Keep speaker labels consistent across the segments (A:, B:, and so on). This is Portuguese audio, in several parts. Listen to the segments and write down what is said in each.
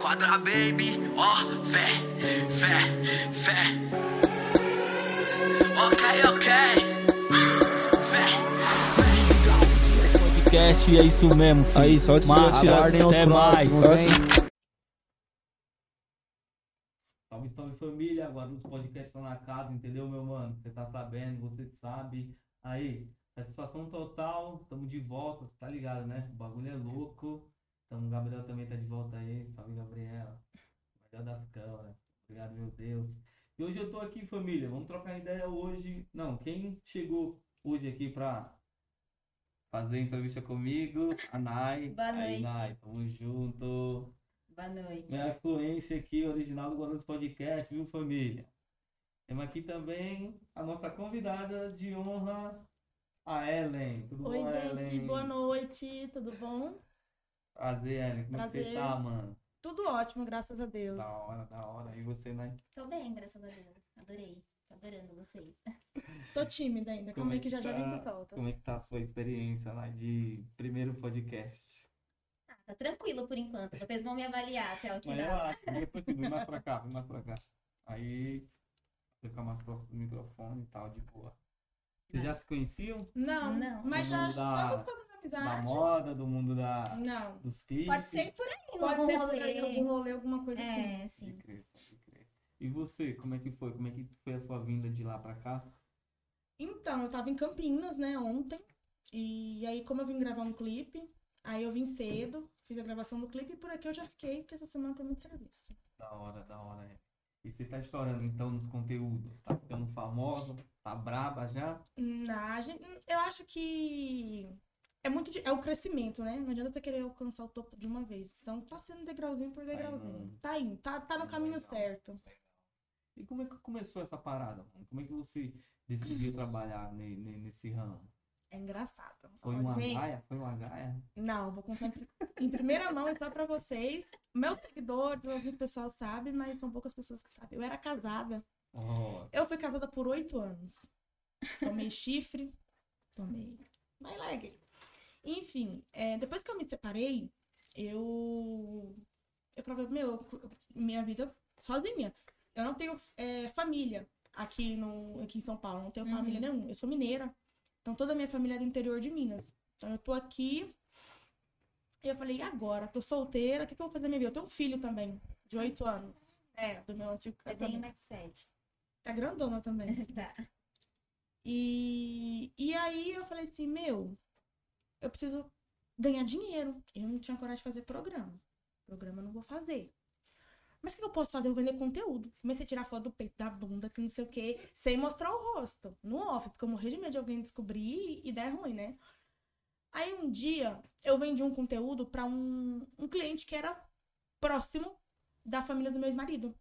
A: Quadra baby, ó, fé, fé, fé. Ok, ok. Fé,
B: Podcast é isso mesmo, filho.
C: Aí, só
B: Márcia,
C: descontinuar.
B: até mais.
C: Antes-
B: Salve, salve família, agora os podcasts estão na casa, entendeu, meu mano? Você tá sabendo, você sabe. Aí, satisfação total, tamo de volta, cê tá ligado, né? O bagulho é louco. Então o Gabriel também tá de volta aí, salve Gabriel. Gabriel das câmeras, obrigado, meu Deus. E hoje eu tô aqui, família, vamos trocar ideia hoje. Não, quem chegou hoje aqui pra fazer entrevista comigo? A Nai.
D: Boa
B: Aí,
D: noite.
B: Nai, tamo junto.
D: Boa noite.
E: Né?
B: Minha influência aqui, original do Guarulhos Podcast, viu, família? Temos aqui também a nossa convidada de honra, a Ellen. Tudo
E: Oi,
B: bom,
E: gente,
B: Ellen?
E: boa noite, tudo bom?
B: Prazer, Ellen. Como é que você
E: Prazer.
B: tá, mano?
E: Tudo ótimo, graças a Deus.
B: Da hora, da hora. E você, né?
D: Tô bem, graças a Deus. Adorei. Tô adorando vocês.
E: Tô tímida ainda,
B: Como
E: como
B: é
E: é que já já vem
B: tá?
E: se solta.
B: Como é que tá a sua experiência lá de primeiro podcast?
D: Ah, tá tranquilo por enquanto. Vocês vão me avaliar até o
B: Mas
D: final.
B: eu acho, depois vem mais pra cá, vem mais pra cá. Aí, ficar mais próximo do microfone e tal, de boa. Vocês
E: Tá.
B: já se conheciam?
E: Não,
D: Não.
E: mas
B: Todo
E: já tá
B: mundo da-
E: estamos fazendo
B: Da
E: amizade.
B: moda, do mundo da...
E: Não.
B: dos clipes.
D: Pode ser por aí,
E: Pode
D: algum
E: ser por aí,
D: rolê.
E: algum rolê, alguma coisa assim.
D: É,
B: Pode
D: sim.
B: crer, pode crer. E você, como é que foi? Como é que foi a sua vinda de lá pra cá?
E: Então, eu tava em Campinas, né, ontem. E aí, como eu vim gravar um clipe, aí eu vim cedo, fiz a gravação do clipe e por aqui eu já fiquei, porque essa semana tem muito serviço.
B: Da hora, da hora. é. E você tá estourando então nos conteúdos? Tá ficando famosa? Tá braba já?
E: Na, gen- eu acho que é muito de- é o crescimento, né? Não adianta você querer alcançar o topo de uma vez. Então tá sendo degrauzinho por degrauzinho.
B: indo.
E: Tá indo, tá, tá no caminho
B: Legal.
E: certo.
B: E como é que começou essa parada, mano? Como é que você decidiu trabalhar ne- ne- nesse ramo?
E: É engraçado.
B: Foi uma
E: Gente,
B: gaia? Foi uma gaia?
E: não, vou contar em pri- em primeira mão é só pra vocês. Meus seguidores, alguns pessoal sabem, mas são poucas pessoas que sabem. Eu era casada.
B: Ó,
E: Eu fui casada por oito anos. Tomei chifre, tomei my leg. Enfim, é, depois que eu me separei, eu. Eu falei, meu, eu cu- minha vida sozinha. Eu não tenho é, família aqui, no, aqui em São Paulo, não tenho
D: Uhum.
E: família nenhuma. Eu sou mineira, então toda a minha família é do interior de Minas. Então eu tô aqui. E eu falei, e agora? Tô solteira, o que, que eu vou fazer na minha vida? Eu tenho um filho também, de oito anos. É, do meu antigo
D: Eu tenho
E: casamento.
D: mais sete.
E: Tá grandona também.
D: Tá.
E: E, e aí eu falei assim, meu, eu preciso ganhar dinheiro. Eu não tinha coragem de fazer programa. Programa eu não vou fazer. Mas o que eu posso fazer? Eu vou vender conteúdo. Comecei a tirar foto do peito, da bunda, que não sei o quê, sem mostrar o rosto. No off, porque eu morri de medo de alguém descobrir e der ruim, né? Aí um dia eu vendi um conteúdo pra um, um cliente que era próximo da família do meu ex-marido.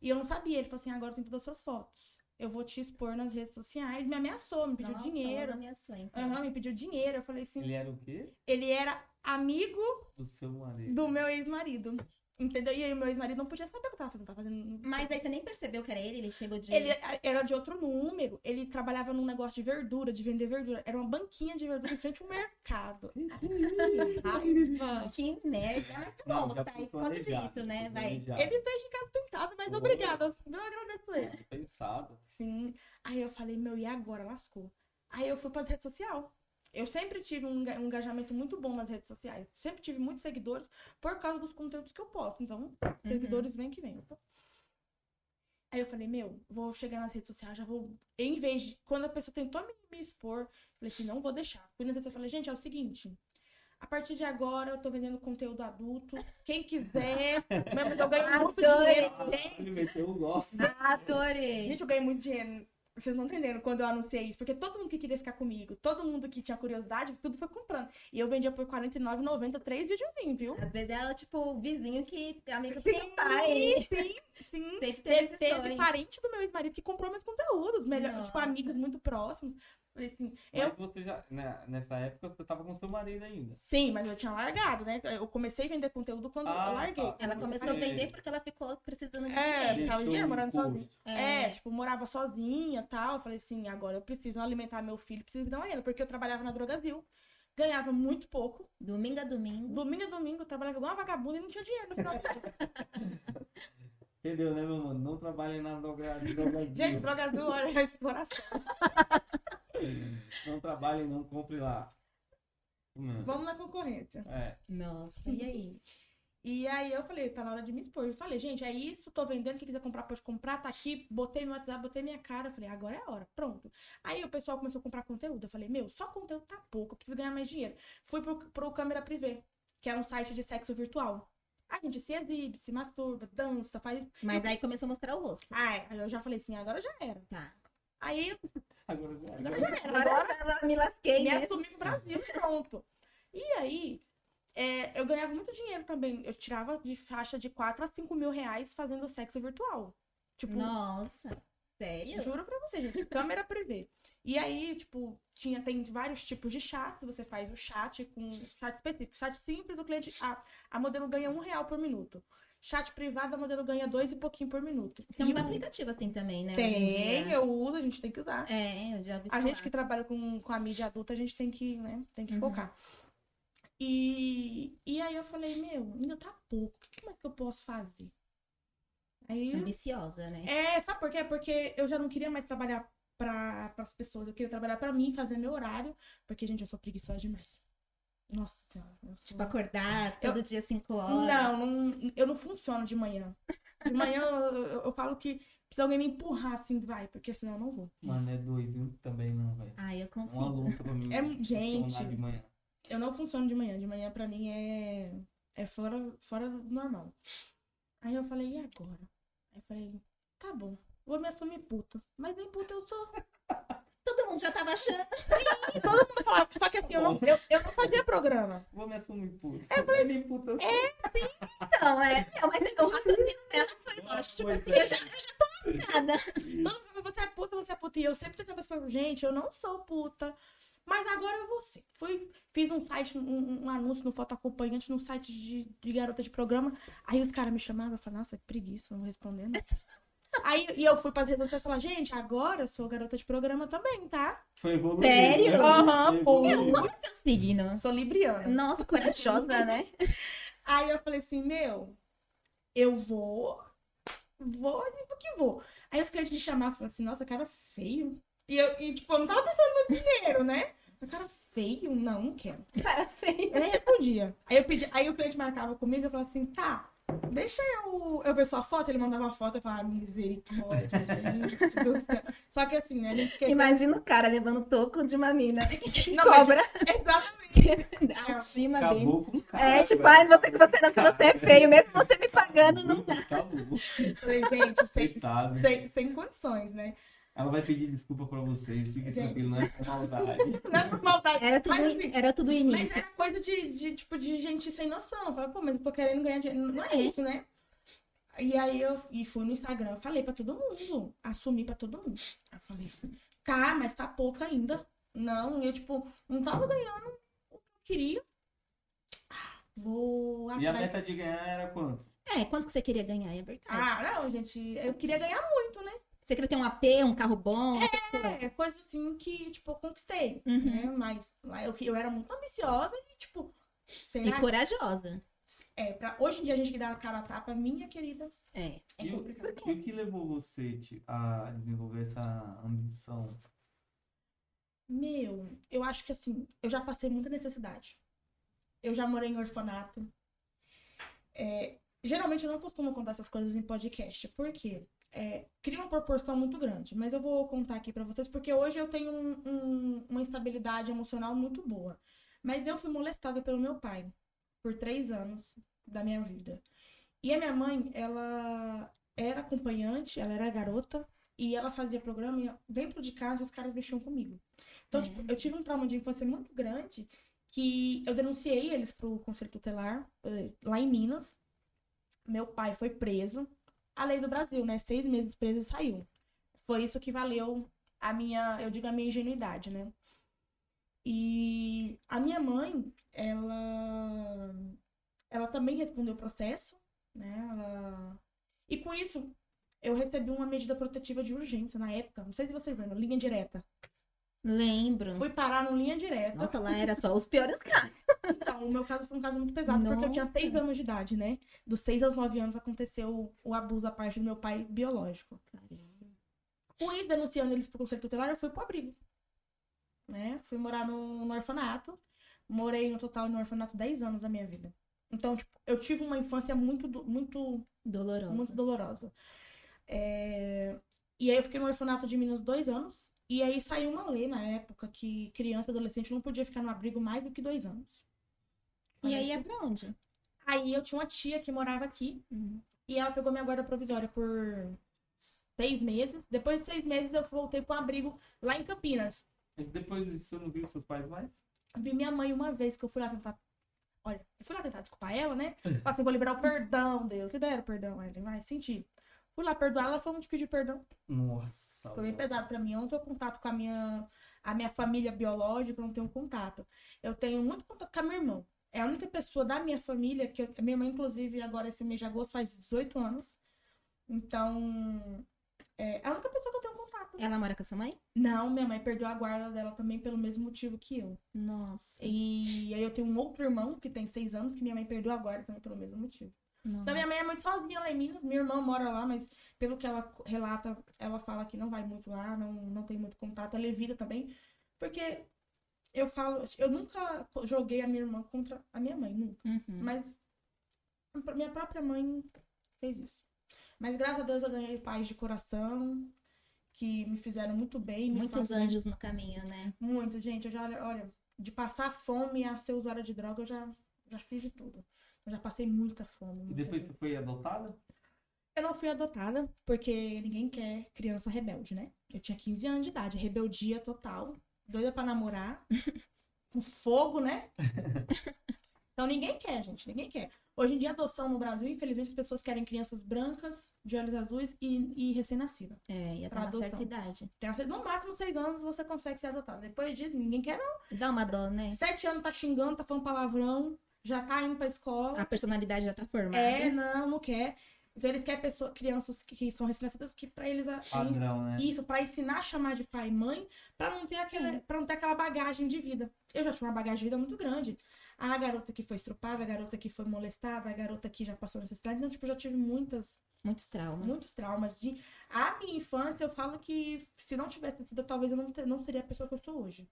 E: E eu não sabia. Ele falou assim: agora tem todas as suas fotos. Eu vou te expor nas redes sociais. Me ameaçou, me pediu
D: Nossa,
E: dinheiro.
D: logo ameaçou, então.
E: Aham, me pediu dinheiro. Eu falei assim:
B: ele era o quê?
E: ele era amigo
B: Do seu marido.
E: do meu ex-marido. Entendeu? E aí o meu ex-marido não podia saber o que eu tava fazendo. Tava fazendo...
D: Mas aí você nem percebeu que era ele, ele chegou de.
E: Ele era de outro número. Ele trabalhava num negócio de verdura, de vender verdura. Era uma banquinha de verdura em frente ao mercado. é
D: Raiva. Que merda. Mas tá
B: Não,
D: bom,
B: já
D: você tá
B: fui
D: aí por causa
B: planejado,
D: disso,
B: fui
D: né? Vai.
B: planejado.
E: Ele fez de casa pensado, mas
B: Boa.
E: obrigada. Eu agradeço ele.
B: Pensado.
E: Sim. Aí eu falei, meu, e agora? Lascou. Aí eu fui pras redes sociais. Eu sempre tive um enga- um engajamento muito bom nas redes sociais. Sempre tive muitos seguidores por causa dos conteúdos que eu posto. Então, seguidores vem que vem. Aí eu falei, meu, vou chegar nas redes sociais, já vou. Em vez de. Quando a pessoa tentou me, me expor, falei assim, não vou deixar. Fui nas redes sociais e falei, gente, é o seguinte. A partir de agora eu tô vendendo conteúdo adulto. Quem quiser, mesmo que eu ganho muito
D: Adorei.
E: dinheiro. gente.
B: Ele meteu o golpe.
E: Ah,
D: Adorei.
E: Gente, eu ganhei muito dinheiro. Vocês não entenderam quando eu anunciei isso, porque todo mundo que queria ficar comigo, todo mundo que tinha curiosidade, tudo foi comprando. E eu vendia por R$49,90 três videozinhos, viu?
D: Às vezes é tipo o vizinho que é amigo do
E: Sim,
D: seu pai.
E: sim, sim.
D: Sempre teve
E: Teve,
D: esse
E: teve
D: sonho.
E: parente do meu ex-marido que comprou meus conteúdos, melhor, tipo,
D: Nossa.
E: amigos muito próximos. Falei assim, eu.
B: Mas você já, né, nessa época, você tava com seu marido ainda.
E: Sim, mas eu tinha largado, né? Eu comecei a vender conteúdo quando
B: Ah,
E: eu larguei.
B: tá.
D: Ela começou a
B: É.
D: vender porque ela ficou precisando de dinheiro.
E: É, ficava em
B: Deixou
E: dinheiro,
B: um
E: morando
B: custo.
E: sozinha. É, tipo, morava sozinha e tal. Eu falei assim, agora eu preciso alimentar meu filho, preciso dar uma renda, porque eu trabalhava na Drogazil. ganhava muito pouco.
D: Domingo a domingo.
E: Domingo a domingo, eu trabalhava igual uma vagabunda e não tinha dinheiro no final do mês.
B: Entendeu, né, meu mano? Não trabalhem na droga-
E: Gente,
B: drogaria.
E: drogas do hora é exploração.
B: Não trabalhem, não compre lá. Mano,
E: Vamos na concorrência.
B: É,
D: Nossa,
E: Uhum.
D: e aí?
E: E aí eu falei, tá na hora de me expor. Eu falei, gente, é isso, tô vendendo, quem quiser comprar pode comprar, tá aqui, botei no WhatsApp, botei minha cara. Eu falei, agora é a hora, pronto. Aí o pessoal começou a comprar conteúdo. Eu falei, meu, só conteúdo tá pouco, eu preciso ganhar mais dinheiro. Fui pro, pro Câmera Privé, que é um site de sexo virtual. A gente se exibe, se masturba, dança, faz.
D: Mas aí começou a mostrar o rosto.
E: Ai, aí eu já falei assim, agora já era.
D: Tá.
E: Aí
B: agora,
E: Agora
B: agora
E: já era. Agora
D: me lasquei,
E: me assumi pro Brasil, pronto. E aí, é, eu ganhava muito dinheiro também. Eu tirava de faixa de 4 a 5 mil reais fazendo sexo virtual. Tipo,
D: Nossa, sério?
E: juro pra você, gente. Câmera privê. E aí, tipo, tinha, tem vários tipos de chats. Você faz o chat com chat específico. Chat simples, o cliente. A, a modelo ganha um real por minuto. Chat privado, a modelo ganha dois e pouquinho por minuto.
D: Tem uns
E: E-
D: aplicativos assim também, né? hoje em
E: tem,
D: dia.
E: eu uso, a gente tem que usar.
D: É, eu já vi
E: A gente que
D: falar.
E: trabalha com, com a mídia adulta, a gente tem que, né, tem que
D: Uhum.
E: focar. E, e aí eu falei, meu, ainda tá pouco, o que mais que eu posso fazer? Aí,
D: Ambiciosa, né?
E: é, sabe por quê? Porque eu já não queria mais trabalhar para as pessoas, eu queria trabalhar pra mim, fazer meu horário, porque, gente, eu sou preguiçosa demais. Nossa, É. eu sou...
D: Tipo, acordar todo dia 5 horas.
E: Não, não- eu não funciono de manhã. De manhã eu, eu- eu falo que precisa alguém me empurrar assim, vai, porque senão eu não vou.
B: Mano, é dois, viu? Também não, velho.
D: Ai, eu
B: Um
D: consigo.
B: aluno pra mim.
E: É,
B: funcionar
E: gente.
B: de manhã.
E: Eu não funciono de manhã. De manhã, pra mim, é, é fora, fora do normal. Aí eu falei, e agora? Aí eu falei, tá bom, vou me assumir puta. Mas nem puta eu sou.
D: Todo mundo já tava achando.
E: E todo mundo falava, só que assim, eu não, eu, eu não fazia programa.
B: Vou me assumir puta. É, falei, nem puta. eu sou.
D: Então, é. Não, mas o raciocínio dela foi lógico. Tipo
B: Pois
D: assim,
B: é.
D: eu já, eu já tô lascada.
E: Todo mundo falava, você é puta, você é puta. E eu sempre tentava explicar, gente, eu não sou puta. Mas agora eu vou ser. Fui, fiz um site, um- um, um anúncio no Foto Acompanhante, num site de, de garota de programa. Aí os caras me chamavam, eu falava, nossa, que preguiça, não vou responder, não. Aí e eu fui pras redes sociais e falar, gente, agora eu sou garota de programa também, tá?
B: Foi evoluindo.
D: Sério?
B: né?
E: Aham,
B: Foi
E: pô.
B: evoluindo.
D: Meu, qual é o seu signo?
E: Sou libriana.
D: Nossa, corajosa, né?
E: Aí eu falei assim, meu, eu vou, vou, eu que vou. Aí os clientes me chamavam e falaram assim, nossa, cara feio. E, eu, e tipo, eu não tava pensando no dinheiro, né? Eu, Cara feio, não, não quero.
D: Cara feio.
E: Eu nem respondia. Aí eu pedi, aí o cliente marcava comigo e eu falava assim, tá, deixa eu, eu ver sua foto, ele mandava a foto, eu falava, misericórdia, gente do céu. Só que assim, né, a gente esqueceu.
D: Imagina o cara levando toco de uma mina.
E: Não,
D: Cobra.
E: Exatamente.
D: A autoestima um dele.
B: Acabou com o cara.
D: É, tipo,
B: velho.
D: ai, você que você não, que você é feio, mesmo você me pagando, não.
B: Acabou.
E: Falei, gente, sem,
B: Coitado.
E: sem, sem condições, né?
B: Ela vai pedir desculpa pra vocês. Fiquem
E: Gente.
B: tranquilos, não é por maldade.
E: Não é por maldade.
D: Era tudo,
E: mas, assim,
D: era tudo
E: mas
D: início.
E: era coisa de, de, tipo, de gente sem noção. Fala, pô, mas eu tô querendo ganhar dinheiro. Não é
D: É.
E: isso, né? E aí eu e fui no Instagram, eu falei pra todo mundo. Assumi pra todo mundo. Eu falei assim, tá, mas tá pouco ainda. Não, eu, tipo, não tava ganhando o que eu queria. Ah, Vou
B: E a
E: atrás.
B: meta de ganhar era quanto?
D: É, quanto que você queria ganhar? É verdade.
E: Ah, não, gente, eu queria ganhar muito, né?
D: Você queria ter um AP, um carro bom? essas coisas.
E: É coisa assim que, tipo, eu conquistei.
D: Uhum.
E: Né? Mas lá eu, que- eu era muito ambiciosa e, tipo, será
D: E corajosa.
E: É, pra... hoje em dia a gente que dá a cara a tapa, minha querida,
D: É.
E: é
B: E o,
E: complicado.
B: e o que levou você Ti, a desenvolver essa ambição?
E: Meu, eu acho que assim, eu já passei muita necessidade. Eu já morei em orfanato. É, geralmente eu não costumo contar essas coisas em podcast, porque é, cria uma proporção muito grande. Mas eu vou contar aqui pra vocês, porque hoje eu tenho um- um- uma estabilidade emocional muito boa. Mas eu fui molestada pelo meu pai por três anos da minha vida. E a minha mãe, ela era acompanhante, ela era garota, e ela fazia programa e dentro de casa os caras mexiam comigo. Então,
D: É.
E: tipo, eu tive um trauma de infância muito grande que eu denunciei eles pro Conselho Tutelar, eh, lá em Minas. Meu pai foi preso. A lei do Brasil, né? Seis meses preso e saiu. Foi isso que valeu a minha, eu digo, a minha ingenuidade, né? E a minha mãe, ela, ela também respondeu o processo, né? Ela... E com isso, eu recebi uma medida protetiva de urgência na época. Não sei se vocês lembram, linha direta.
D: Lembro.
E: Fui parar no linha direta.
D: Nossa, lá era só os piores casos.
E: Então, o meu caso foi um caso muito pesado, porque eu tinha
D: Nossa.
E: 6 anos de idade, né? Dos 6 aos 9 anos aconteceu o abuso da parte do meu pai biológico. O ex denunciando eles pro conselho tutelar, eu fui pro abrigo. Né? Fui morar no, no orfanato. Morei no total no orfanato 10 anos da minha vida. Então, tipo, eu tive uma infância muito, do- muito
D: Dolorosa.
E: muito dolorosa. É, E aí eu fiquei no orfanato de Minas dois anos. E aí saiu uma lei na época que criança e adolescente não podia ficar no abrigo mais do que dois anos.
D: E
E: Olha
D: aí é
E: isso.
D: pra onde?
E: aí eu tinha uma tia que morava aqui.
D: Uhum.
E: E ela pegou minha guarda provisória por seis meses. Depois de seis meses eu voltei para um abrigo lá em Campinas.
B: Mas Depois disso, você não viu seus pais mais?
E: Vi minha mãe uma vez que eu fui lá tentar. Olha, eu fui lá tentar desculpar ela, né? Falei assim, vou liberar o perdão, Deus. Libera o perdão, Ellen, vai, senti. Fui lá perdoar, ela falou, não te pedir perdão.
B: Nossa.
E: Foi bem
B: mano.
E: pesado pra mim. Eu não tenho contato com a minha, a minha família biológica, eu não tenho contato. Eu tenho muito contato com a minha irmã. É a única pessoa da minha família, que eu- a minha irmã, inclusive, agora esse mês de agosto faz 18 anos. Então, é a única pessoa que eu tenho contato.
D: Ela mora com a sua mãe?
E: Não, minha mãe perdeu a guarda dela também pelo mesmo motivo que eu.
D: Nossa.
E: E aí eu tenho um outro irmão que tem seis anos, que minha mãe perdeu a guarda também pelo mesmo motivo.
D: Nossa.
E: Então, minha mãe é muito sozinha lá em Minas. Minha irmã mora lá, mas pelo que ela relata, ela fala que não vai muito lá, não, não tem muito contato. Ela evita também. Porque eu falo, eu nunca joguei a minha irmã contra a minha mãe, nunca.
D: Uhum.
E: Mas a pr- minha própria mãe fez isso. Mas graças a Deus eu ganhei pais de coração, que me fizeram muito bem. me
D: Muitos
E: fazem-
D: anjos no caminho, né?
E: muito, gente. Eu já, olha, de passar fome a ser usuária de droga, eu já, já fiz de tudo. Eu já passei muita fome.
B: E
E: muita
B: depois
E: dor.
B: você foi adotada?
E: Eu não fui adotada, porque ninguém quer criança rebelde, né? Eu tinha 15 anos de idade, rebeldia total, doida pra namorar, com fogo, né? Então ninguém quer, gente, ninguém quer. Hoje em dia, adoção no Brasil, infelizmente, as pessoas querem crianças brancas, de olhos azuis e, e recém-nascida.
D: É, ia
E: Pra
D: até uma certa
E: adoção.
D: idade.
E: Então, você- no máximo, seis anos você consegue ser adotada. Depois disso, ninguém quer, não.
D: Dá uma dó, né?
E: Sete anos tá xingando, tá falando palavrão, já tá indo pra escola.
D: A personalidade já tá formada.
E: É, não, não quer. Então eles querem pessoa, crianças que, que são recém-nascidas, que pra eles a- é isso-
B: Padrão, né?
E: isso, pra ensinar a chamar de pai e mãe, pra não ter aquela, para não ter aquela bagagem de vida. Eu já tinha uma bagagem de vida muito grande. A garota que foi estrupada, a garota que foi molestada, a garota que já passou necessidade, então tipo, eu já tive muitas,
D: Muitos traumas.
E: muitos traumas de a minha infância, eu falo que se não tivesse sido, talvez eu não, te- não seria a pessoa que eu sou hoje.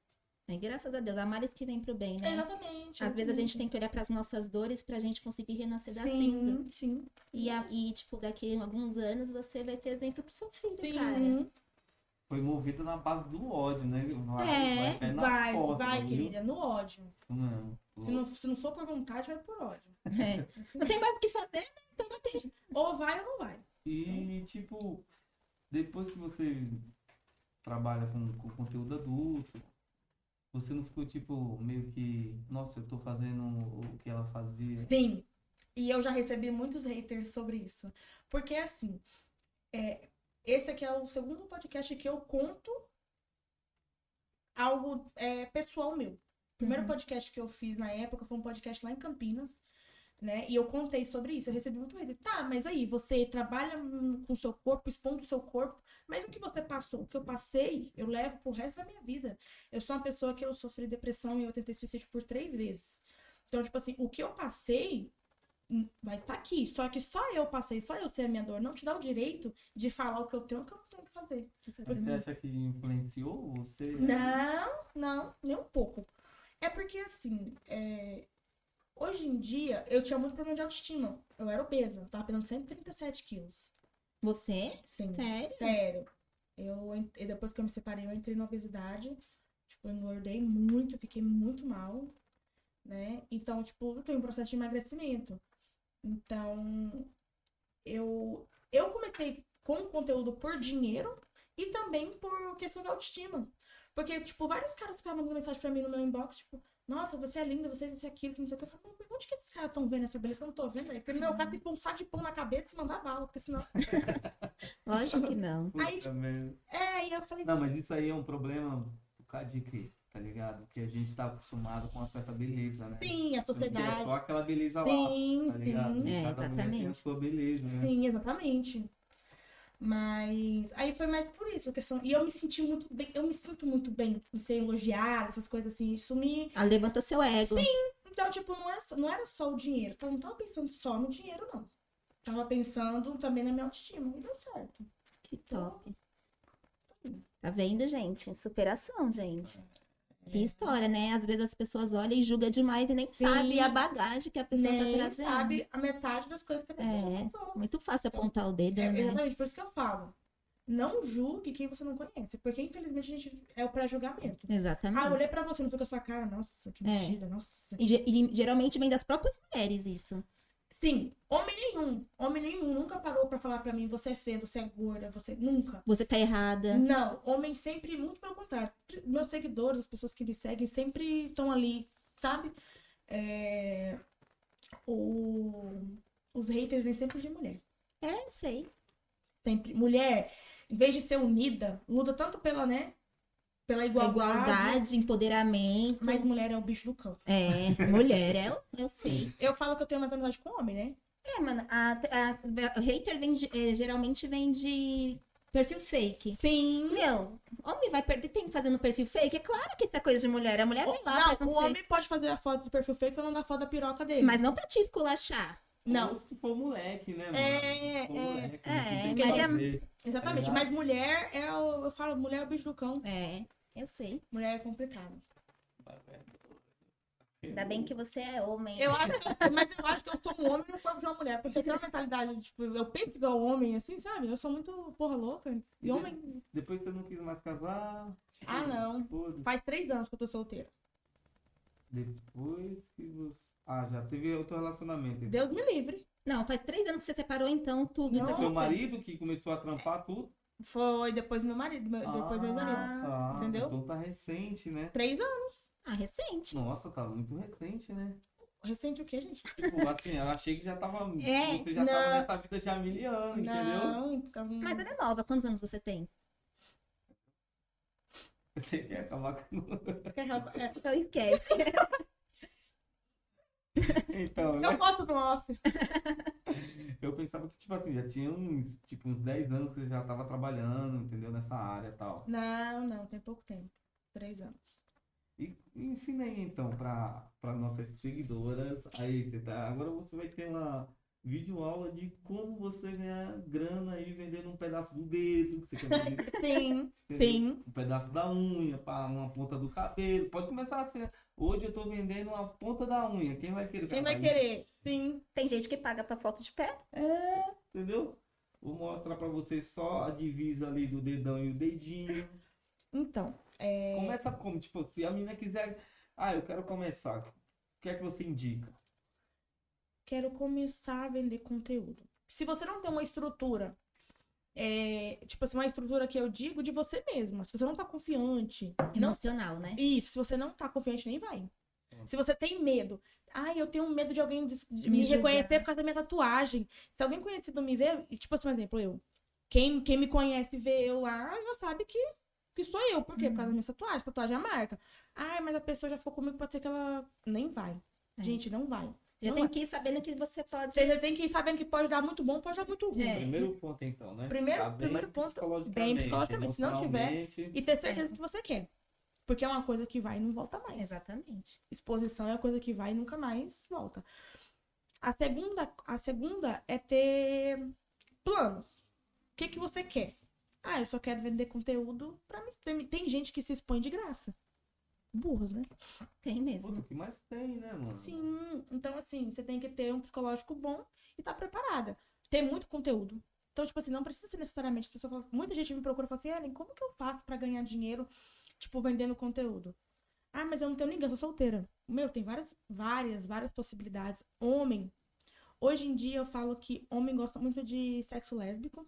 D: E Né? graças a Deus, há males que vem pro bem, né?
E: Exatamente.
D: Às vezes a gente tem que olhar pras nossas dores pra gente conseguir renascer da tenda.
E: Sim, sim.
D: E, a- e, tipo, daqui a alguns anos você vai ser exemplo pro seu filho, cara.
E: Sim.
B: Foi movida na base do ódio, né? Vai,
D: É,
B: vai, pé na
E: Vai,
B: porta,
E: vai,
B: viu?
E: querida, no ódio.
B: Mano,
E: Se não, se não for por vontade, vai por ódio.
D: É. Não tem mais o que fazer, né? Então não tem.
E: Ou vai ou não vai.
B: E,
E: Então?
B: tipo, depois que você trabalha com, com conteúdo adulto, você não ficou, tipo, meio que, nossa, eu tô fazendo o que ela fazia.
E: Sim. E eu já recebi muitos haters sobre isso. Porque, assim, é, esse aqui é o segundo podcast que eu conto algo é, pessoal meu. O primeiro
D: Uhum.
E: podcast que eu fiz na época foi um podcast lá em Campinas, né? E eu contei sobre isso. Eu recebi muito hater. Tá, mas aí, você trabalha hum, com o seu corpo, expondo o seu corpo. Mas o que você passou, o que eu passei, eu levo pro resto da minha vida. Eu sou uma pessoa que eu sofri depressão e eu tentei suicídio por três vezes. Então, tipo assim, o que eu passei hum, vai estar aqui. Só que só eu passei, só eu sei a minha dor. Não te dá o direito de falar o que eu tenho e o que eu não tenho que fazer.
B: Mas você acha que é assim? influenciou você?
E: Não, não, nem um pouco. É porque, assim, é, hoje em dia, eu tinha muito problema de autoestima. Eu era obesa, eu tava pesando 137 quilos.
D: Você?
E: Sim.
D: Sério?
E: Sério. Eu, en- e depois que eu me separei, eu entrei na obesidade. Tipo, eu engordei muito, fiquei muito mal, né? Então, tipo, eu tenho um processo de emagrecimento. Então, eu, eu comecei com o conteúdo por dinheiro e também por questão de autoestima. Porque, tipo, vários caras ficavam mandando mensagem pra mim no meu inbox, tipo, nossa, você é linda, você é isso e aquilo, que não sei o que. Eu falo, mas onde que esses caras estão vendo essa beleza que eu não tô vendo? Aí, porque no meu caso, tem que pôr um saco de pão na cabeça e mandar bala, porque senão...
D: Lógico que não.
B: Puta
E: Aí, tipo,
B: merda.
E: É, e eu falei
B: Não, mas isso aí é um problema por causa de quê? Tá ligado? Que a gente tá acostumado com uma certa beleza, né?
E: Sim, a
B: Você não quer
E: sociedade.
B: Só aquela beleza lá,
E: Sim,
B: tá ligado?
E: sim.
B: Cada mulher
D: É,
B: tem a
D: exatamente.
B: sua beleza, né?
E: Sim, exatamente. Mas aí foi mais por isso a questão. E eu me senti muito bem, eu me sinto muito bem em ser elogiada, essas coisas assim. Isso me.
D: Ah, levanta seu ego. Sim.
E: Então, tipo, não, é só- não era só o dinheiro. Eu não tava pensando só no dinheiro, não. Tava pensando também na minha autoestima. E deu certo.
D: Que top. Tá vendo, gente? Superação, gente. Que história, né? Às vezes as pessoas olham e julgam demais e nem
E: Sim.
D: sabe a bagagem que a pessoa tá
E: Nem
D: trazendo.
E: sabe a metade das coisas que a pessoa
D: É.
E: passou.
D: Muito fácil apontar o dedo,
E: É,
D: né?
E: exatamente, por isso que eu falo. Não julgue quem você não conhece, porque infelizmente a gente é o pré-julgamento. Ah, eu
D: Exatamente.
E: olhei pra você, não tô com a sua cara. Nossa, que
D: É.
E: mentira, nossa.
D: E, ge- e geralmente vem das próprias mulheres isso.
E: Sim, homem nenhum, homem nenhum nunca parou pra falar pra mim, você é feia, você é gorda, você... Nunca.
D: Você tá errada.
E: Não, homem sempre, muito pelo contrário. Meus seguidores, as pessoas que me seguem, sempre estão ali, sabe? É, o- Os haters vêm sempre de mulher.
D: É, sei.
E: sempre mulher em vez de ser unida luta tanto pela né pela igualdade,
D: Igualdade, empoderamento.
E: mas mulher é o bicho do campo
D: É, mulher, eu, eu sei.
E: eu falo que eu tenho mais amizade com homem né
D: É, mano, a, a- o hater vem de- é, geralmente vem de perfil fake.
E: sim
D: Meu, homem vai perder tempo fazendo perfil fake? É claro que isso é coisa de mulher. A mulher vem lá, faz
E: não
D: um
E: o
D: fake.
E: homem pode fazer a foto do perfil fake pra não dar foto da piroca dele
D: Mas é não pra te esculachar.
B: Ou
E: não
B: se for moleque, né, mano?
E: É,
B: Se for
E: é,
B: moleque,
D: é,
B: não tem o
D: mas
B: que
D: é-
B: fazer.
E: exatamente
B: É
E: mas mulher é o, eu falo mulher é o bicho do cão
D: É, eu sei.
E: mulher é complicado
D: Ainda bem que você é homem.
E: eu acho que- mas eu acho que eu sou um homem no corpo de uma mulher porque eu tenho uma mentalidade tipo eu penso igual homem assim sabe eu sou muito porra louca e homem
B: Depois você não quis mais casar.
E: Ah, não.
B: foda-se.
E: faz três anos que eu tô solteira
B: Depois que você. Ah, já teve outro relacionamento.
E: Deus me livre
D: Não, faz três anos que você separou, então, tudo.
E: Não.
D: isso
B: Seu
D: aconteceu.
B: marido que começou a trampar tudo.
E: Foi depois meu marido, meu- É, depois meu marido.
B: tá.
E: entendeu?
B: Então tá recente, né?
E: Três anos.
D: Ah, recente.
B: Nossa, tá muito recente, né?
E: Recente o quê, gente?
B: Tipo, assim, eu achei que já tava.
D: É,
B: você já tava
E: não.
B: nessa vida já há mil anos, entendeu?
E: Não, então...
D: Mas ela é nova. Quantos anos você tem?
B: Você quer acabar com.
E: é...
D: Então esquece.
B: Então,
E: Eu
B: né?
E: boto no off.
B: Eu pensava que, tipo assim, já tinha uns, tipo, uns 10 anos que você já tava trabalhando, entendeu? Nessa área e tal.
E: Não, não, tem pouco tempo. Três anos.
B: E, e ensina aí, então, pra, pra nossas seguidoras. Aí, você tá. Agora você vai ter uma videoaula de como você ganhar grana aí vendendo um pedaço do dedo, que você quer vender,
E: Sim,
B: entendeu?
E: sim.
B: um pedaço da unha, pá, uma ponta do cabelo. Pode começar assim, né? Hoje eu tô vendendo uma ponta da unha. Quem vai querer?
E: Quem vai
B: Cara,
E: querer? Sim.
D: Tem gente que paga pra foto de pé.
B: Entendeu? Vou mostrar pra vocês só a divisa ali do dedão e o dedinho.
E: Então, é...
B: Começa como? Tipo, se a menina quiser. Ah, eu quero começar. O que é que você indica?
E: quero começar a vender conteúdo. Se você não tem uma estrutura, é, tipo assim, uma estrutura que eu digo de você mesma. Se você não tá confiante, não
D: Emocional, né?
E: Isso, se você não tá confiante, nem vai. Se você tem medo. Ai, eu tenho medo de alguém des- de
D: Me
E: me,
D: julgar.
E: reconhecer por causa da minha tatuagem. Se alguém conhecido me ver, e, tipo assim, um exemplo, eu. Quem, quem me conhece vê eu lá, já sabe que, que sou eu. Por quê? Por causa da
D: Uhum.
E: minha tatuagem. Tatuagem é a marca. Ai, mas a pessoa já ficou comigo, pode ser que ela. Nem vai.
D: É.
E: Gente, não vai.
D: Já
E: Não
D: tem
E: é.
D: que ir sabendo que você pode.
E: Você já tem que ir sabendo que pode dar muito bom, pode dar muito ruim.
D: É.
B: Primeiro ponto, então, né?
E: Primeiro-
B: Tá bem
E: primeiro ponto,
B: psicologicamente,
E: bem psicologicamente. Se não tiver-
B: emocionalmente.
E: E ter certeza que você quer. Porque é uma coisa que vai e não volta mais.
D: Exatamente.
E: exposição é a coisa que vai e nunca mais volta. A segunda, a segunda é ter planos. O que, que você quer? Ah, eu só quero vender conteúdo pra mim. Tem, tem gente que se expõe de graça. Burros, né?
D: Tem mesmo.
B: Puta, o que mais tem, né, mano?
E: Sim. Então, assim, você tem que ter um psicológico bom e tá preparada. Ter muito conteúdo. Então, tipo assim, não precisa ser necessariamente. as pessoas falam- muita gente me procura e fala assim, Ellen, como que eu faço pra ganhar dinheiro, tipo, vendendo conteúdo? Ah, mas eu não tenho ninguém, eu sou solteira. Meu, tem várias, várias, várias possibilidades. Homem. Hoje em dia eu falo que homem gosta muito de sexo lésbico,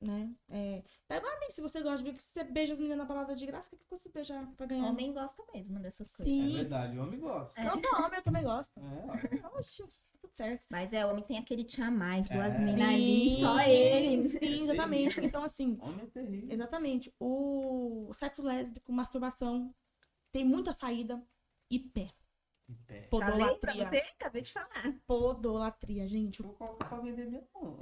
E: né? É, tá igual a mim, se você gosta de ver que você beija as meninas na balada de graça, o que, que você beija pra ganhar?
D: Homem gosta mesmo dessas coisas.
B: É
E: Sim.
B: verdade, o homem gosta.
E: Não, não, homem eu também gosto.
B: É.
E: Oxi, tudo certo.
D: Mas é, homem tem aquele tchan a mais, duas
B: É.
D: minas ali,
E: Sim.
D: só ele.
E: Sim, exatamente. Então, assim,
B: Homem é terrível.
E: exatamente. O sexo lésbico, masturbação, tem muita saída e pé.
B: Em pé.
D: Falei pra
E: Podolatria.
D: você, acabei de falar.
E: Podolatria, gente.
B: Eu coloco pra vender minha mão.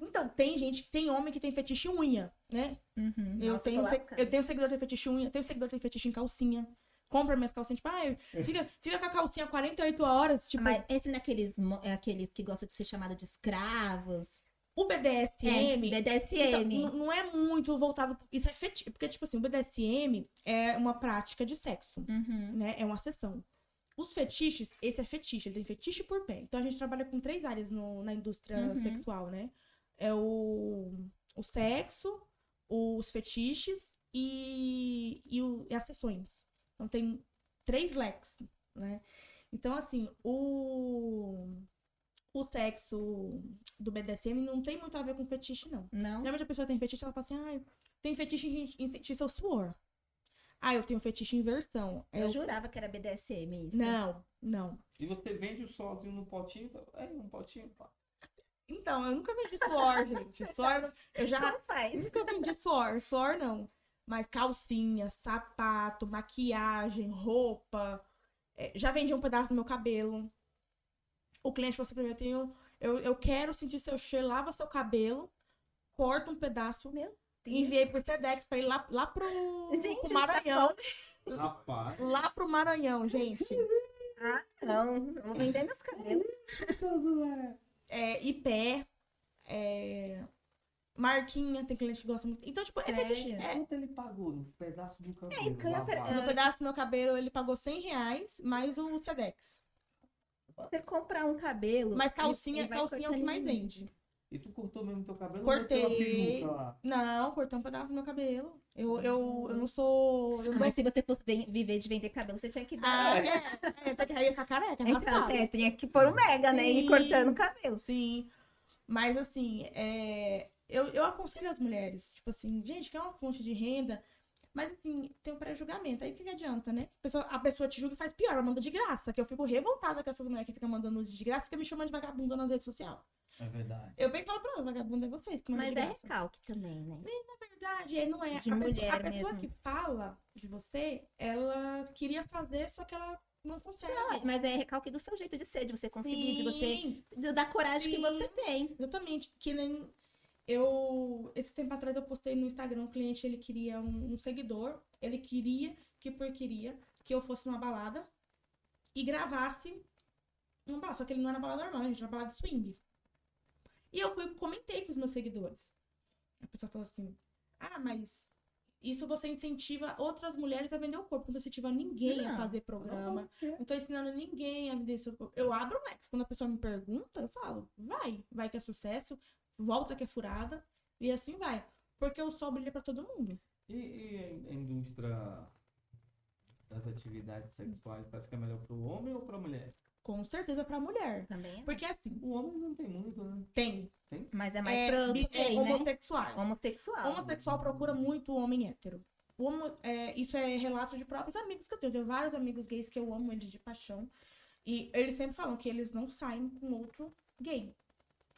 E: Então, tem gente, tem homem que tem fetiche em unha, né?
D: Uhum.
E: Eu,
D: Nossa,
E: tenho,
D: tô
E: se-
D: lascada.
E: eu tenho seguidor que tem fetiche em unha, tenho seguidor que tem fetiche em calcinha. Compra minhas calcinhas, tipo, ai, fica, fica com a calcinha 48 horas, tipo,
D: Mas esse naqueles mo- é aqueles que gostam de ser chamado de escravos.
E: o BDSM.
D: É,
E: então,
D: BDSM.
E: n- não é muito voltado. Isso é fetiche. Porque, tipo assim, o BDSM é uma prática de sexo,
D: Uhum.
E: né? É uma sessão. Os fetiches, esse é fetiche, ele tem fetiche por pé. Então a gente trabalha com três áreas no- na indústria
D: Uhum.
E: sexual, né? É o, o sexo, os fetiches e, e, o- e as sessões. Então tem três leques, né? Então, assim, o, o sexo do BDSM não tem muito a ver com fetiche, não.
D: Não?
E: Geralmente a pessoa tem fetiche, ela fala assim, ai, tem fetiche em- em sentir seu suor. Ah, eu tenho fetiche em É versão.
D: Eu
E: Eu-
D: jurava que era BDSM isso.
E: Não, não.
B: E você vende sozinho no potinho? tá? É, um potinho. pá.
E: Então, eu nunca vendi suor, gente. Suor, eu já
D: Não faz.
E: nunca vendi suor, suor não. Mas calcinha, sapato, maquiagem, roupa. É, já vendi um pedaço do meu cabelo. O cliente falou assim pra mim, eu tenho. Eu, eu quero sentir seu cheiro, lava seu cabelo, corta um pedaço.
D: Meu
E: Enviei pro TEDx pra ir lá, lá pro,
D: Gente,
E: pro
D: tá
E: Maranhão.
B: Rapaz.
E: Lá pro Maranhão, gente.
D: Não, vou vender meus cabelos.
E: É, Ipé. É... Marquinha, tem cliente que gosta muito. Então, tipo, é
D: Sério?
E: fetiche. É,
B: Quanto ele pagou no pedaço do cabelo?
D: isso que eu ia
B: lavado?
D: perguntar.
E: No pedaço do meu cabelo, ele pagou 100 reais, mais o Sedex.
D: Você comprar um cabelo.
E: Mas
D: e-
E: calcinha,
D: e vai
E: calcinha é o que
D: cortando
E: mais
D: em mim.
E: vende.
B: E tu cortou mesmo teu cabelo?
E: Cortei.
B: Ou meteu a peruca lá?
E: Não, cortou um pedaço do meu cabelo. Eu, eu, eu não sou. Eu não...
D: Ah, Mas se você fosse ven- viver de vender cabelo, você tinha que
E: Ah,
D: dar.
E: é. é, tá que aí eu tá careca,
D: Então,
E: raspado.
D: é, tinha que pôr um mega, né? E ir
E: Sim.
D: cortando o cabelo.
E: Sim. Mas assim, é, eu, eu aconselho as mulheres, tipo assim, gente, que é uma fonte de renda, mas assim, tem um pré-julgamento. Aí o que que adianta, né? A pessoa, a pessoa te julga e faz pior, ela manda de graça. Que eu fico revoltada com essas mulheres que ficam mandando nudes de graça, fica me chamando de vagabunda nas redes sociais.
B: É verdade.
E: Eu bem falo pra ela, vagabunda é vocês que mandam
D: Mas
E: de
D: é
E: graça.
D: recalque também, né?
E: verdade, é, não é.
D: De
E: a
D: mulher
E: pessoa, a pessoa
D: mesmo.
E: que fala de você, ela queria fazer, só que ela não consegue.
D: Não, mas é recalque do seu jeito de ser, de você conseguir, de você.
E: Sim.
D: do- da coragem que
E: Sim.
D: você tem.
E: Exatamente. Que nem eu. Esse tempo atrás eu postei no Instagram, um cliente ele queria um, um seguidor. Ele queria que por queria que eu fosse numa balada e gravasse uma balada. Só que ele não era balada normal, gente, era balada de swing. E eu fui comentei com os meus seguidores. A pessoa falou assim: Ah, mas isso você incentiva outras mulheres a vender o corpo. Não incentiva ninguém a
D: Não.
E: fazer programa. Não tô ensinando ninguém a vender seu corpo. Eu abro o Lex. Quando a pessoa me pergunta, eu falo, vai, vai que é sucesso, volta que é furada, e assim vai. Porque o sol brilha pra todo mundo.
B: E, e a indústria das atividades sexuais, você acha que é melhor pro homem ou pra mulher?
E: Com certeza pra mulher.
D: Também. é.
E: Porque assim,
B: O homem não tem muito, né?
E: tem.
D: Mas é mais
E: é,
D: pra
E: bi-
D: não sei,
E: é,
D: né?
E: homossexuais.
D: Homossexual.
E: Homossexual procura muito o homem hétero. O homo- é, isso é relato de próprios amigos que eu tenho. Eu tenho vários amigos gays que eu amo eles de paixão. E eles sempre falam que eles não saem com outro gay.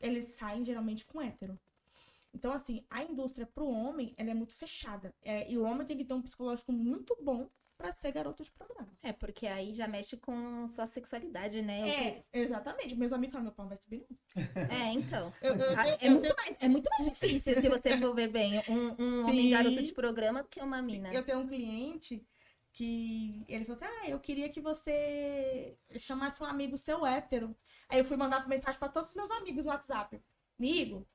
E: Eles saem geralmente com hétero. Então, assim, a indústria pro homem, ela é muito fechada. É, e o homem tem que ter um psicológico muito bom pra ser garoto de programa.
D: É, porque aí já mexe com sua sexualidade, né?
E: É, exatamente. Meus amigos falam, meu pau não vai subir não.
D: É, então.
E: Eu, eu,
D: Ah,
E: eu-
D: É
E: eu-
D: muito, mais, é muito mais difícil se você for ver bem um, um homem
E: Sim.
D: garoto de programa do que uma mina.
E: Eu tenho um cliente que ele falou: Ah, eu queria que você chamasse um amigo seu hétero. Aí eu fui mandar uma mensagem para todos os meus amigos no WhatsApp. Amigo,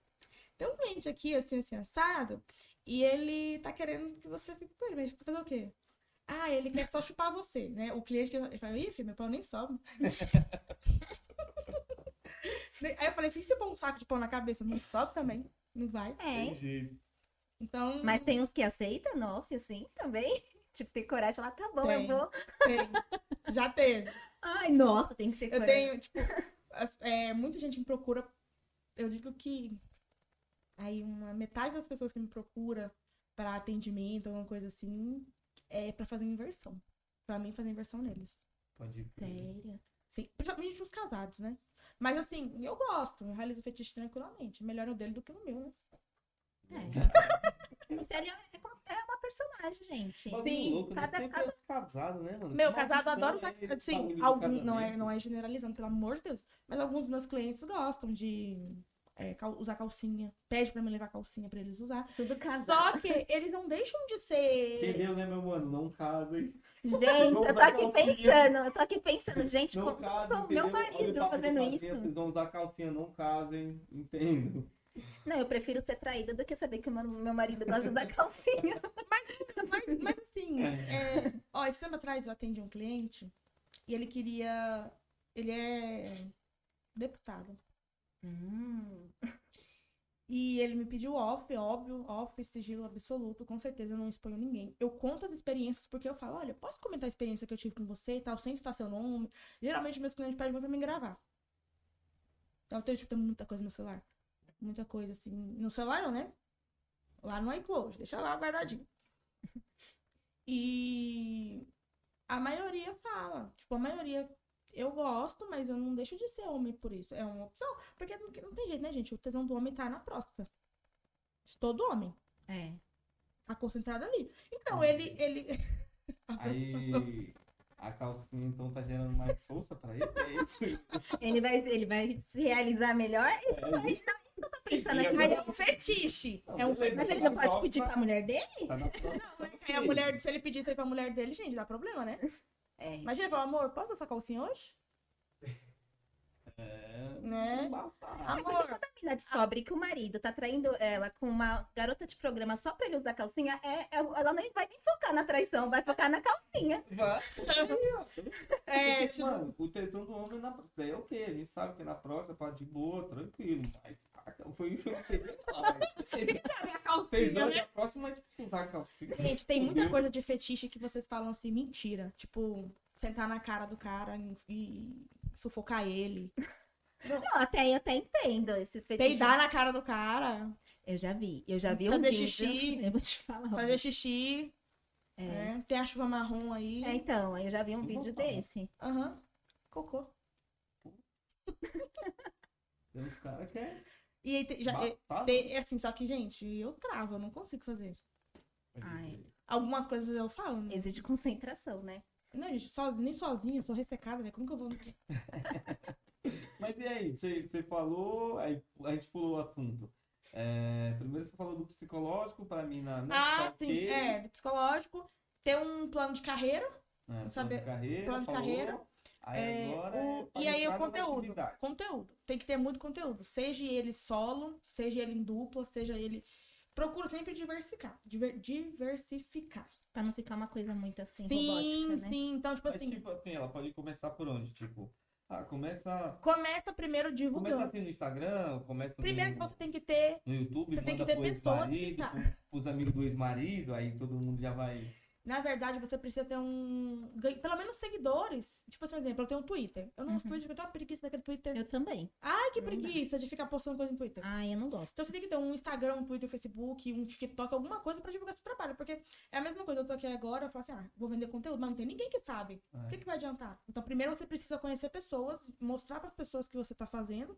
E: tem um cliente aqui, assim, assim, assado, e ele tá querendo que você fique com ele, mas pra fazer o quê? Ah, ele quer só chupar você, né? O cliente que ele fala, ih, filho, meu pau nem sobe. Aí eu falei assim, e se eu pôr um saco de pão na cabeça, não sobe também, não vai.
D: É.
B: jeito.
E: Então,
D: Mas tem uns que aceitam nof, assim, também. Tipo, tem coragem de falar, tá bom, eu
E: Tem.
D: vou.
E: tem. já teve.
D: Ai, nossa, tem que ser
E: Eu
D: coragem.
E: tenho, tipo, as- é, muita gente me procura. Eu digo que aí uma metade das pessoas que me procura pra atendimento, alguma coisa assim, é pra fazer inversão. Pra mim fazer inversão neles.
B: Pode crer.
D: Sério.
E: Sim, principalmente os casados, né? Mas assim, eu gosto, eu realizo fetiche tranquilamente. Melhor o dele do que o meu, né?
D: É. Isso ali é, é como- é uma personagem, gente.
B: Bagulho
E: Sim,
B: louco, né?
D: cada-
B: Sempre
D: cada-
B: é os casados, né, mano?
E: Meu
B: Que
E: casado
B: maldição
E: adora
B: é
E: usar.
B: esse bagulho
E: Sim,
B: do
E: algum, não, é,
B: casamento?
E: não é generalizando, pelo amor de Deus. Mas alguns dos meus clientes gostam de é, cal- usar calcinha, pede pra me levar calcinha pra eles usar.
D: É Tudo casado.
E: Só que eles não deixam de ser.
B: Entendeu, né, meu mano? Não casa, hein?
D: Gente, eu tô aqui pensando, eu tô aqui pensando, gente,
B: um Não
D: como
B: casa,
D: sou
B: entendeu?
D: meu
B: Olha o
D: marido
B: papo tá de
D: fazendo
B: cabeça,
D: isso?
B: Vocês vão usar então calcinha, não casem, entendo.
D: Não, eu prefiro ser traída do que saber que o meu- meu marido gosta de usar calcinha.
E: Mas, mas assim, é, ó, esse tempo atrás eu atendi um cliente e ele queria. Ele é deputado.
D: Hum,
E: E ele me pediu off, óbvio, off, sigilo absoluto, com certeza eu não exponho ninguém. Eu conto as experiências porque eu falo, olha, posso comentar a experiência que eu tive com você e tal, sem citar seu nome. Geralmente meus clientes pedem pra mim gravar. Eu tenho, tipo, tem muita coisa no celular. Muita coisa, assim, no celular não, né? Lá no iCloud, deixa lá guardadinho. E a maioria fala, tipo, a maioria eu gosto, mas eu não deixo de ser homem por isso. É uma opção. Porque não, não tem jeito, né, gente? O tesão do homem tá na próstata. De todo homem.
D: é.
E: Tá concentrado ali. Então, ele. ele... A preocupação.
B: Aí a calcinha então tá gerando mais força pra ele, é isso?
D: Ele vai, ele vai se realizar melhor? Isso não, é isso que eu tô pensando aqui.
E: Aí é um fetiche.
B: Não,
E: É um
B: beleza.
E: fetiche.
D: Mas ele não pode pedir pra mulher dele?
B: Tá na próxima.
E: Aí é a mulher, se ele pedisse aí pra mulher dele, gente, dá problema, né?
D: É.
E: Imagina, ele falar, amor, posso usar sua calcinha hoje?
B: É,
E: Né?
B: embaçado.
E: Amor,
D: Ela descobre que o marido tá traindo ela com uma garota de programa só pra ele usar calcinha, é, é- ela nem vai nem focar na traição, vai focar na calcinha.
B: Vai.
E: é,
B: Porque,
E: tipo,
B: mano, o tesão do homem na próstata é o quê? A gente sabe que na próstata tá de boa, tranquilo, mas a- foi isso que eu não queria falar, velho.
E: tá
B: Tesão
E: minha calcinha, né?
B: da próxima é tipo usar calcinha.
E: Gente, tem muita
B: Entendeu?
E: coisa de fetiche que vocês falam assim, mentira. Tipo, sentar na cara do cara e- e sufocar ele.
D: Não, até eu até entendo esses fetiches.
E: Peidar na cara do cara.
D: Eu já vi, eu já vi um
E: Fazer
D: vídeo.
E: xixi.
D: Eu vou te falar.
E: Fazer xixi.
D: É.
E: né? Tem a chuva marrom aí.
D: É, então, eu já vi um
B: Eu vou
D: vídeo
B: falar.
D: desse.
E: Aham. Cocô.
B: Tem uns caras que é.
E: E aí, tem- já, é,
B: batata.
E: tem- é assim, só que, gente, eu travo, eu não consigo fazer.
D: Ai.
E: Algumas coisas eu falo, né?
D: Exige concentração, né?
E: Não, gente, soz- nem sozinha, eu sou ressecada, velho. Como que eu vou.
B: Mas e aí, você você falou, aí a gente pulou o assunto. É, primeiro você falou do psicológico pra mim na. né,
E: Ah,
B: pra
E: sim,
B: quê?
E: é, do psicológico. Ter um plano de carreira,
B: É,
E: Saber-
B: plano de carreira,
E: plano de
B: falou.
E: carreira,
B: Aí
E: é,
B: agora
E: o-
B: é pra
E: e aí o
B: entrar nas
E: conteúdo. Tipo
B: atividades.
E: conteúdo. Tem que ter muito conteúdo. Seja ele solo, seja ele em dupla, seja ele. Procuro sempre diversificar. diver- diversificar.
D: Pra não ficar uma coisa muito assim,
E: sim,
D: robótica, né?
E: sim. Então, tipo
B: Mas,
E: assim,
B: tipo assim, ela pode começar por onde? Tipo, ah, começa.
E: começa primeiro
B: Começa
E: divulgando.
B: assim no Instagram, começa no-
E: Primeiro que você tem que ter
B: no YouTube,
E: Você
B: manda
E: tem que ter
B: pro
E: pessoas que
B: ex-marido,
E: sa-
B: pro- pros amigos do ex-marido, aí todo mundo já vai.
E: Na verdade, você precisa ter um. ganha- Pelo menos seguidores. Tipo assim, por exemplo, eu tenho um Twitter. Eu não uso
D: Uhum.
E: Twitter, porque eu tenho uma preguiça daquele Twitter.
D: Eu também.
E: Ai, que
D: Não dá.
E: preguiça de ficar postando coisa no Twitter.
D: Ah, eu não gosto.
E: Então você tem que ter um Instagram, um Twitter, um Facebook, um TikTok, alguma coisa pra divulgar seu trabalho. Porque é a mesma coisa, eu tô aqui agora, eu falo assim, ah, vou vender conteúdo, mas não tem ninguém que sabe.
B: É.
E: O que, que vai adiantar? Então primeiro você precisa conhecer pessoas, mostrar pras pessoas que você tá fazendo,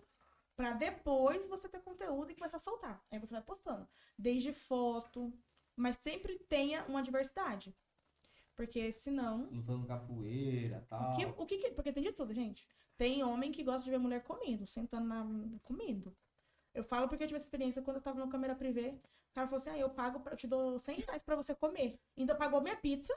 E: pra depois você ter conteúdo e começar a soltar. Aí você vai postando. Desde foto, mas sempre tenha uma diversidade. Porque senão.
B: lutando capoeira
E: O
B: tal.
E: que, o que que- porque tem de tudo, gente. Tem homem que gosta de ver mulher comendo, sentando na. comendo. Eu falo porque eu tive essa experiência quando eu tava numa câmera privê. O cara falou assim: ah, eu pago, pra, eu te dou 100 reais pra você comer. Ainda pagou minha pizza.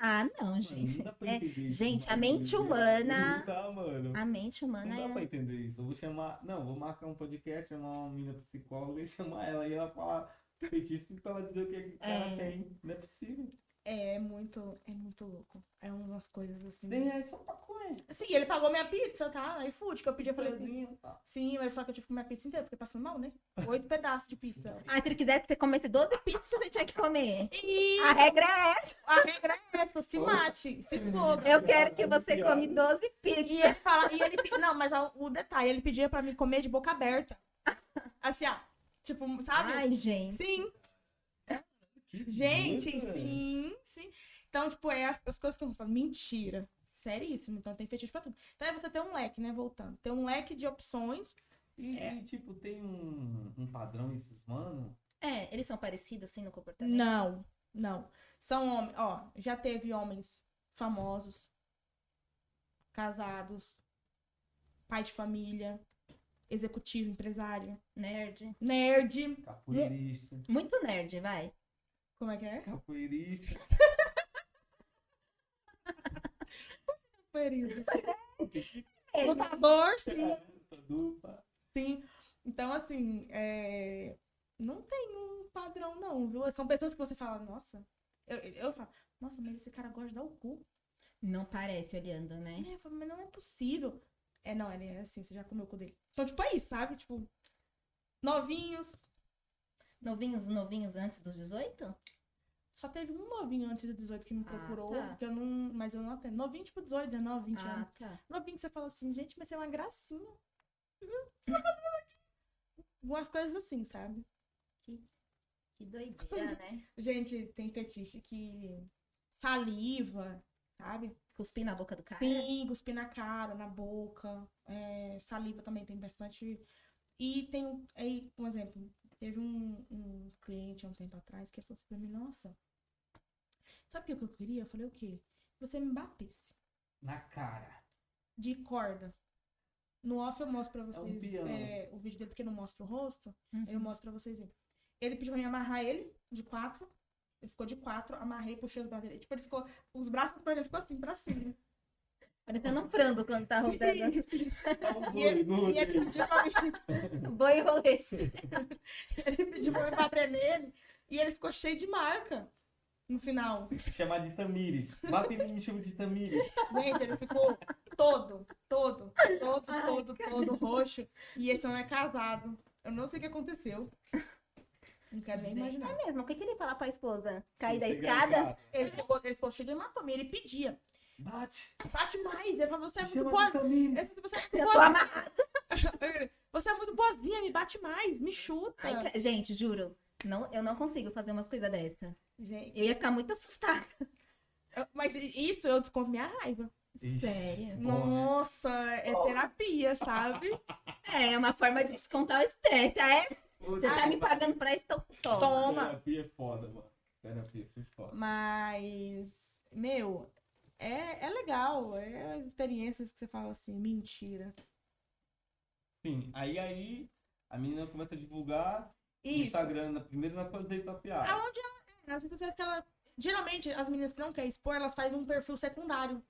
D: Ah, não,
B: Mano, não
D: gente.
B: dá pra
D: É,
B: entender isso, não
D: gente,
B: dá
D: a
B: pra
D: mente
B: entender.
D: humana-
B: Não dá, mano.
D: a mente humana
B: Não dá pra
D: é...
B: entender isso. Eu vou chamar. Não, vou marcar um podcast, chamar uma menina psicóloga e chamar ela. E ela falar feitiço pra ela dizer o que que o cara
D: É.
B: tem. Não é possível.
E: É muito. É muito louco. É umas coisas assim.
B: Nem é só pra comer.
E: Sim, ele pagou minha pizza, tá? Aí food que eu pedi, eu falei assim.
B: Sozinho, tá.
E: Sim, mas só que eu tive que comer a pizza inteira, fiquei passando mal, né? Oito pedaços de pizza.
D: Ah, se ele quisesse ter comido 12 pizzas, você tinha que comer.
E: E
D: A regra é essa.
E: a regra é essa, se mate, se exploda.
D: Eu quero que você
B: Piada.
D: come 12
E: E
D: pizzas.
E: ele fala, e ele, pe- não, mas a- o detalhe, ele pedia pra me comer de boca aberta. Assim, ó, tipo, sabe?
D: Ai, gente.
E: sim,
B: Que
E: gente,
B: doido, velho.
E: sim, sim. Então, tipo, é as, as coisas que eu falo, mentira. Seríssimo, então tem fetiche pra tudo. Então é você ter um leque, né, voltando. Ter um leque de opções.
B: E,
E: É.
B: e, tipo, tem um, um padrão esses mano.
D: É, eles são parecidos, assim, no comportamento?
E: Não, não. São homens, ó, já teve homens famosos, casados, pai de família, executivo, empresário,
D: Nerd.
E: nerd.
B: Capoeirista.
E: É.
D: Muito nerd, vai.
E: Como é que é?
B: Capoeirista.
E: Capoeirista.
D: É,
E: Lutador, sim.
B: Dupa.
E: Sim. Então, assim, é, não tem um padrão, não, viu? São pessoas que você fala, nossa. Eu, eu falo, nossa, mas esse cara gosta de dar o cu.
D: Não parece olhando, né?
E: É, eu falo, mas não é possível. É, não, ele é assim, você já comeu o cu dele. Então, tipo, aí, sabe? Tipo, novinhos.
D: Novinhos, novinhos antes dos 18?
E: Só teve um novinho antes do 18 que me
D: Ah,
E: procurou,
D: tá.
E: que eu não. Mas eu não atendo. Novinho, tipo, 18, 19, 20
D: Ah,
E: anos.
D: tá.
E: Novinho que você fala assim, gente, mas você é uma gracinha. Você tá fazendo aqui? Umas coisas assim, sabe?
D: Que doideira, né?
E: Gente, tem fetiche que saliva, sabe?
D: Cuspir na boca do cara.
E: Sim, cuspir na cara, na boca. É, saliva também tem bastante. E tem, um- aí, por exemplo, teve um, um cliente há um tempo atrás que falou assim pra mim, nossa, sabe o que eu queria? Eu falei, o quê? Que Você me batesse
B: Na cara.
E: de corda. No off eu mostro pra
B: É um
E: vocês
B: peão.
E: é, o vídeo dele, porque não mostra o rosto.
D: Uhum.
E: Eu mostro pra vocês verem. Ele pediu pra mim amarrar ele de quatro. Ele ficou de quatro, amarrei, puxei os braços dele. Tipo, ele ficou. Os braços pra ele ficou assim, pra cima.
D: Parecendo um frango quando tá rodando.
B: Olha o
E: E ele,
B: boi,
E: e é- ele
B: nude.
E: pediu pra mim,
D: Boi rolete.
E: ele pediu pra mim bater nele. E ele ficou cheio de marca no final.
B: Chamar de Tamires. Bate em mim e me chama de Tamires.
E: Gente, ele ficou todo, todo, todo,
D: Ai,
E: todo, todo roxo. E esse homem é casado. Eu não sei o que aconteceu. Não quero nem
D: Gente,
E: imaginar.
D: É mesmo. O que, que ele fala pra esposa? Cair da
B: Chegar em
D: escada?
B: casa.
E: Ele ficou, ele ficou cheio de hematomia. Ele pedia.
B: Bate.
E: Bate mais. Ele falou, você é
B: Me
E: muito
B: chama
E: boa.
B: de Tamires.
E: Ele falou, você é muito
D: Eu tô
E: boa.
D: amarrada.
E: Você é muito boazinha, me bate mais, me chuta.
D: Ai, ca- Gente, juro. Não, eu não consigo fazer umas coisas dessa.
E: Gente,
D: Eu ia ficar muito assustada.
E: eu- mas isso eu desconto minha raiva.
B: Ixi,
D: Sério?
B: bom, né?
E: Nossa, é
B: Bom.
E: terapia, sabe?
D: É, é uma forma de descontar o estresse. Ah, é? Você tá me pagando pra isso, então toma.
E: Toma.
B: Terapia é foda, mano. Terapia foi foda.
E: Mas, meu, é, é legal. É as experiências que você fala assim, mentira.
B: Sim, aí aí a menina começa a divulgar no
E: Isso.
B: Instagram, na- primeiro nas suas redes sociais.
E: Aonde ela é? Nas redes sociais que ela. Geralmente, as meninas que não querem expor, elas fazem um perfil secundário.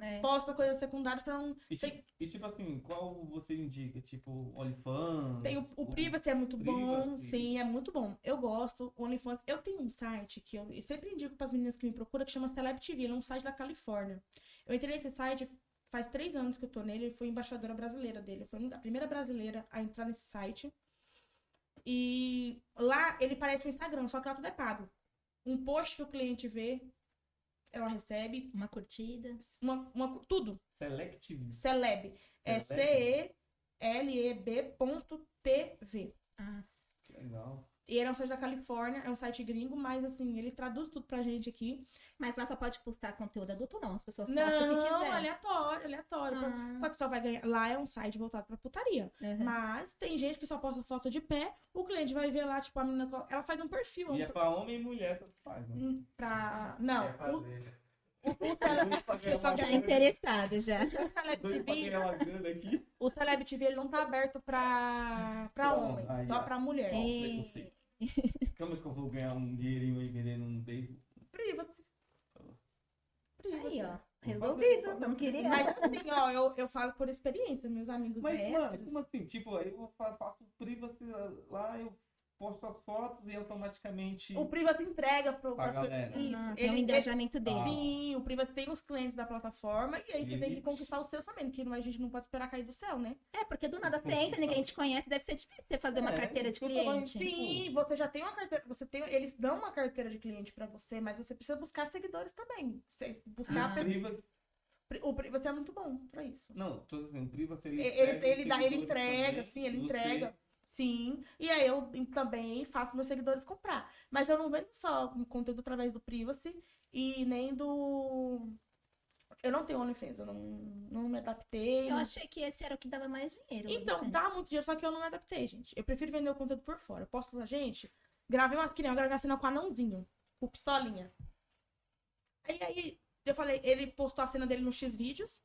D: É.
E: Posta coisas secundárias pra não.
B: E,
E: Sei-
B: ti- e tipo assim, qual você indica? Tipo, OnlyFans?
E: Tem o, o Privacy é muito bom,
B: Privacy.
E: sim, é muito bom. Eu gosto, o OnlyFans. Eu tenho um site que eu sempre indico para as meninas que me procuram que chama Celeb TV, ele é um site da Califórnia. Eu entrei nesse site faz três anos que eu tô nele, eu fui embaixadora brasileira dele. Eu fui a primeira brasileira a entrar nesse site. E lá ele parece um Instagram, só que lá tudo é pago. Um post que o cliente vê, ela recebe.
D: Uma curtida.
E: Uma, uma, tudo.
B: Selective.
E: Celeb. É
B: Celeb.
E: C-E-L-E-B.tv.
D: Ah,
B: Legal.
E: E ele é um site da Califórnia, é um site gringo, mas assim, ele traduz tudo pra gente aqui.
D: mas lá só pode postar conteúdo adulto ou não? As pessoas postam o que
E: Não,
D: quiser.
E: aleatório, aleatório.
D: Ah,
E: Só que só vai ganhar. Lá é um site voltado pra putaria.
D: uhum.
E: Mas tem gente que só posta foto de pé. O cliente vai ver lá, tipo, a menina. colo- Ela faz um perfil.
B: E
E: um
B: é pra homem e mulher, tanto faz, né?
E: per- pra... Não,
B: É
E: o,
B: fazer.
E: o, o, Celeb-
B: Dois pra ganhar uma
E: só que
D: Tá
B: grana-
D: interessado já.
B: é,
E: o Celeb
B: dois pra
E: TV,
B: ganhar uma grana aqui.
E: o Celeb TV ele não tá aberto pra, pra
B: Não,
E: homem,
B: aí,
E: só
B: ó.
E: pra mulher.
B: Ó,
D: Ei.
B: preconceito. é Como é que eu vou ganhar um dinheirinho aí vendendo um beijo?
E: Privacy.
D: Aí,
E: Privacy.
D: ó. Resolvido. Não queria.
E: Mas assim, ó, eu, eu falo por experiência, meus amigos
B: Mas, mano,
E: héteros.
B: como assim? Tipo, aí eu fa- faço privacy lá, eu posto as fotos e automaticamente.
E: O Privacy entrega pro,
B: Pra
E: pras pe-
B: galera.
E: Isso,
D: Ah, tem o
E: ele
D: engajamento
E: ele-
D: dele.
E: Sim, o Privacy tem os clientes da plataforma e aí você tem que
B: Ele-
E: conquistar o seu também, que não- a gente não pode esperar cair do céu, né?
D: É, porque do nada você entra, ninguém te conhece, deve ser difícil você fazer uma
B: É,
D: carteira de
B: eu tô falando
D: cliente.
B: Tipo-
E: Sim, você já tem uma carteira, você tem, eles dão uma carteira de cliente pra você, mas você precisa buscar seguidores também. Você buscar
D: Ah.
E: pessoas-
B: Privacy.
E: pri- o Privacy é muito bom pra isso.
B: Não, tô dizendo, assim, privacy ele
E: Ele,
B: entrega
E: ele,
B: os
E: ele dá, ele
B: seguidores
E: entrega,
B: também,
E: sim, ele
B: você-
E: entrega. Sim. E aí eu também faço meus seguidores comprar. Mas eu não vendo só conteúdo através do Privacy e nem do. Eu não tenho OnlyFans, eu não, não me adaptei.
D: Eu
E: não-
D: achei que esse era o que dava mais dinheiro.
E: né?
D: né?
E: Então,
D: Lucas.
E: dá muito dinheiro, só que eu não me adaptei, gente. Eu prefiro vender o conteúdo por fora. Eu posto lá, gente. Gravei uma que nem eu gravei uma cena com o anãozinho, com o pistolinha. Aí aí, eu falei, ele postou a cena dele no X vídeos.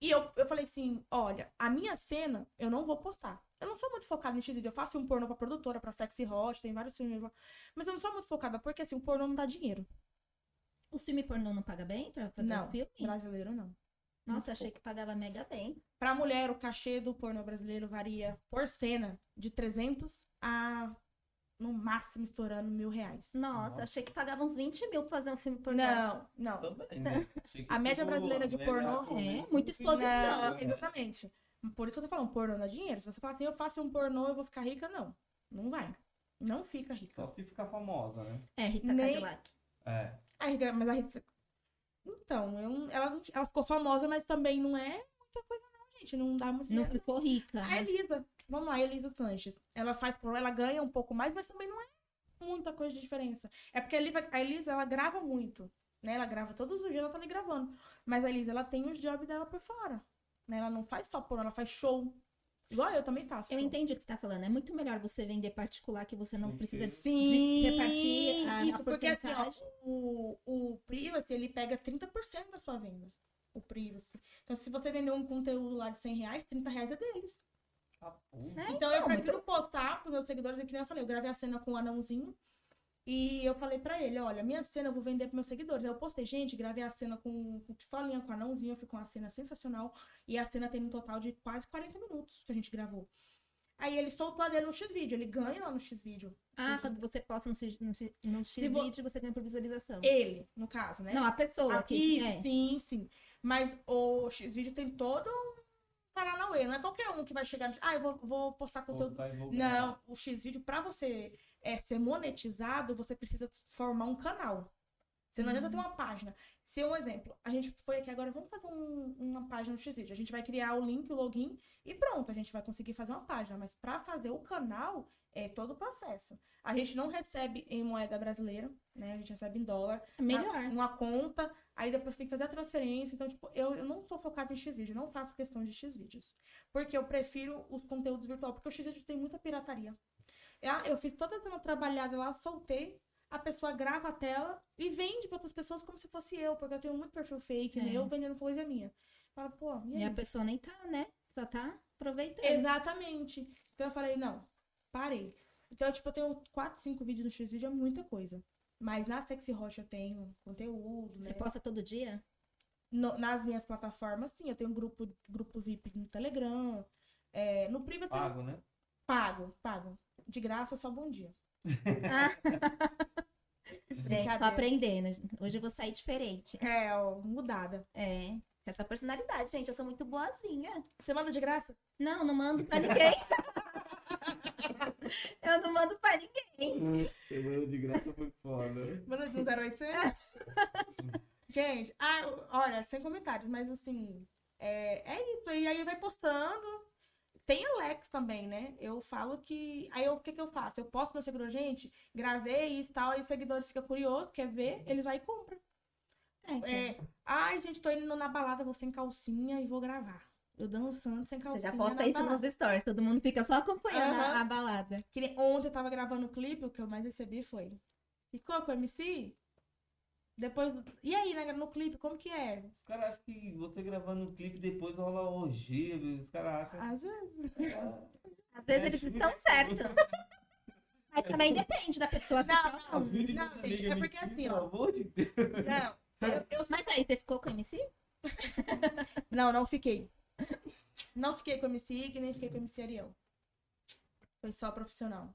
E: E eu, eu falei assim, olha, a minha cena eu não vou postar. Eu não sou muito focada em XYZ, eu faço um pornô pra produtora, pra Sexy Hot, tem vários filmes. Mas eu não sou muito focada, porque assim, o pornô não dá dinheiro.
D: O filme pornô não paga bem pra fazer
E: Não.
D: os filmes?
E: Brasileiro, não.
D: Nossa, eu achei que pagava mega bem.
E: Pra mulher, o cachê do pornô brasileiro varia por cena de 300 a, no máximo, estourando mil reais.
D: Nossa,
B: Nossa.
D: achei que pagava uns 20 mil pra fazer um filme pornô.
E: Não, não.
B: Também, né? Achei que,
E: A média brasileira de
B: era
E: pornô
B: ator, né?
D: É, muita exposição.
B: É,
E: Não, exatamente. Por isso que eu tô falando, pornô dá dinheiro. Se você fala assim, eu faço um pornô, eu vou ficar rica, não. Não vai. Não fica rica.
B: Só se ficar famosa, né?
D: É, Rita
E: Nem-
D: Cadillac.
B: É.
E: A Rita, mas a Rita. Então, eu não- ela, não- ela ficou famosa, mas também não é muita coisa, não, gente. Não dá muito
D: Não
E: dinheiro.
D: ficou rica. né?
E: A Elisa, vamos lá, a Elisa Sanches. Ela faz por ela ganha um pouco mais, mas também não é muita coisa de diferença. É porque a Elisa, a Elisa, ela grava muito, né? Ela grava todos os dias, ela tá ali gravando. Mas a Elisa, ela tem os jobs dela por fora, né? Ela não faz só por ela faz show. Igual eu também faço.
D: Eu
E: show.
D: entendi o que você tá falando. É muito melhor você vender particular que você não
B: Sim.
D: precisa de
E: Sim,
D: repartir a,
E: isso,
D: a
E: porque assim, ó,
D: porcentagem.
E: o, o Privacy, ele pega 30% da sua venda. O Privacy. Então, se você vender um conteúdo lá de 100 reais, 30 reais é deles.
B: Ah, pô.
D: É,
E: Então, eu
D: então,
E: prefiro postar pros meus seguidores, é que nem eu falei, eu gravei a cena com o anãozinho e eu falei pra ele, olha, minha cena eu vou vender pros meus seguidores. Aí Eu postei, gente, gravei a cena com, com pistolinha, com o anãozinho, ficou uma cena sensacional. E a cena tem um total de quase 40 minutos que a gente gravou. Aí ele soltou a dele no X-Vídeo, ele ganha lá no X-Vídeo.
D: Ah, quando você posta um no, X- no, X- no
E: Se vo-
D: X-Video, você ganha por visualização.
E: Ele, no caso, né?
D: Não, É, a pessoa.
E: Aqui,
D: que, é.
E: sim, sim. Mas o X-Vídeo tem todo um paranauê. Não é qualquer um que vai chegar e ah, eu vou, vou postar
B: Outro
E: conteúdo.
B: tá envolvido.
E: Não, o X-Vídeo, pra você é, ser monetizado, você precisa formar um canal. Você não adianta ter uma página. Se um exemplo, a gente foi aqui agora, vamos fazer um- uma página no X-Vídeo. A gente vai criar o link, o login e pronto, a gente vai conseguir fazer uma página. Mas pra fazer o canal, é todo o processo. A gente não recebe em moeda brasileira, né? A gente recebe em dólar
D: É melhor.
E: uma conta, aí depois tem que fazer a transferência. Então, tipo, eu, eu não sou focada em X-Vídeo, eu não faço questão de X-Vídeos. Porque eu prefiro os conteúdos virtual, porque o X-Vídeo tem muita pirataria. Ah, Eu fiz toda a cena trabalhada lá, soltei, a pessoa grava a tela e vende para outras pessoas como se fosse eu, porque eu tenho muito perfil fake,
D: É.
E: meu, vendendo coisa minha. Fala, pô, e aí?
D: E a pessoa nem tá, né? Só tá aproveitando.
E: Exatamente. Então eu falei, não, parei. Então, tipo, eu tenho 4, 5 vídeos no X-Vídeo, é muita coisa. Mas na Sexy Rocha eu tenho conteúdo,
D: Você
E: né?
D: posta todo dia?
E: no- nas minhas plataformas, sim. Eu tenho grupo, grupo VIP no Telegram. É, no Privacy, eu
B: Pago, né?
E: pago, pago. De graça, só bom dia.
D: Gente, tô aprendendo. Hoje eu vou sair diferente.
E: É, ó, mudada.
D: É. Essa personalidade, gente. Eu sou muito boazinha.
E: Você manda de graça?
D: Não, não mando pra ninguém. eu não mando pra ninguém.
B: Semana de graça foi foda.
E: Manda de um 0800? Gente, ah, olha, sem comentários, mas assim, é, é isso. E aí vai postando. Tem Alex também, né? Eu falo que. Aí eu- o que, que eu faço? Eu posto meu seguidor, gente, gravei isso e tal, aí os seguidores ficam curiosos, quer
D: Uhum.
E: ver, eles vão e compram. É, ai, gente, tô indo na balada, vou sem calcinha e vou gravar. Eu dançando sem
D: Você
E: calcinha.
D: já
E: na
D: posta isso
E: balada.
D: nos stories. Todo mundo fica só acompanhando a-
E: Aham.
D: a balada.
E: Que nem ontem eu tava gravando o clipe, o que eu mais recebi foi. Ficou com é o MC? Depois. do- E aí, né, no clipe, como que é?
B: Os caras acham que você gravando um clipe depois rola orgia, viu? os caras acham. é
E: Às vezes.
D: Às vezes eles estão certos. Mas também depende da pessoa. se tá
B: Ah,
D: ou
E: Não,
D: não.
E: não, gente, é porque assim,
B: Pelo
E: ó.
B: amor de Deus.
E: Não, eu, eu
D: Mas aí, você ficou com o MC?
E: Não, não fiquei. Não fiquei com o MC, que nem fiquei com o MC Ariel. Foi só profissional.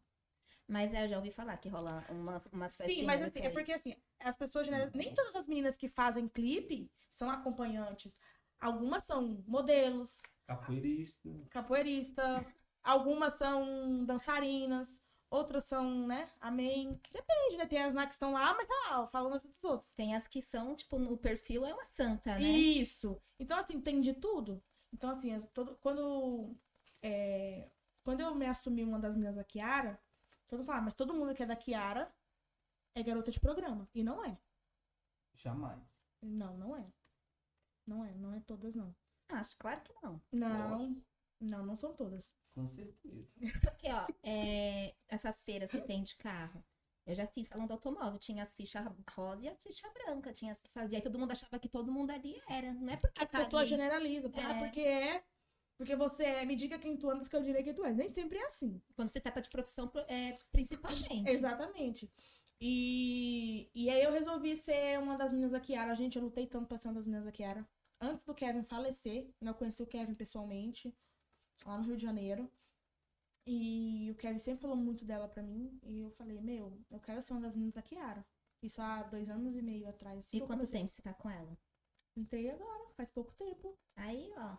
D: Mas é, eu já ouvi falar que rola umas, umas
E: Sim,
D: festinhas
E: mas assim, é
D: depois.
E: porque assim, as pessoas generais, nem todas as meninas que fazem clipe são acompanhantes. Algumas são modelos,
B: Capoeirista.
E: capoeiristas, algumas são dançarinas, outras são, né, amém. Depende, né? Tem as na que estão lá, mas tá lá, ó, falando dos outros.
D: Tem as que são, tipo, no perfil é uma santa, né?
E: Isso. Então, assim, tem de tudo. Então, assim, eu- todo, quando, é, quando eu me assumi uma das meninas da Kiara, todo mundo fala, mas todo mundo que é da Kiara é garota de programa. E não é.
B: Jamais.
E: Não, não é. Não é, não é todas, não.
D: Acho, claro que não.
E: Não, não, não são todas.
B: Com certeza.
D: Porque, ó, é, essas feiras que tem de carro, Eu já fiz salão do automóvel, tinha as fichas rosa e as fichas brancas, tinha as que fazia, e todo mundo achava que todo mundo ali era, não é porque
E: As
D: tá
E: pessoas
D: ali.
E: generalizam. Ah,
D: É.
E: porque é. Porque você é. Me diga quem tu andas que eu direi quem tu és. Nem sempre é assim.
D: Quando se trata de profissão, pro- é, principalmente.
E: Exatamente. E, e aí eu resolvi ser uma das meninas da Kiara. Gente, eu lutei tanto pra ser uma das meninas da Kiara. Antes do Kevin falecer, né, eu conheci o Kevin pessoalmente, lá no Rio de Janeiro. E o Kevin sempre falou muito dela pra mim. E eu falei, meu, eu quero ser uma das meninas da Kiara. Isso há dois anos e meio atrás. assim,
D: E
E: que eu
D: quanto
E: comecei.
D: tempo você tá com ela?
E: Entrei agora, faz pouco tempo.
D: Aí, ó.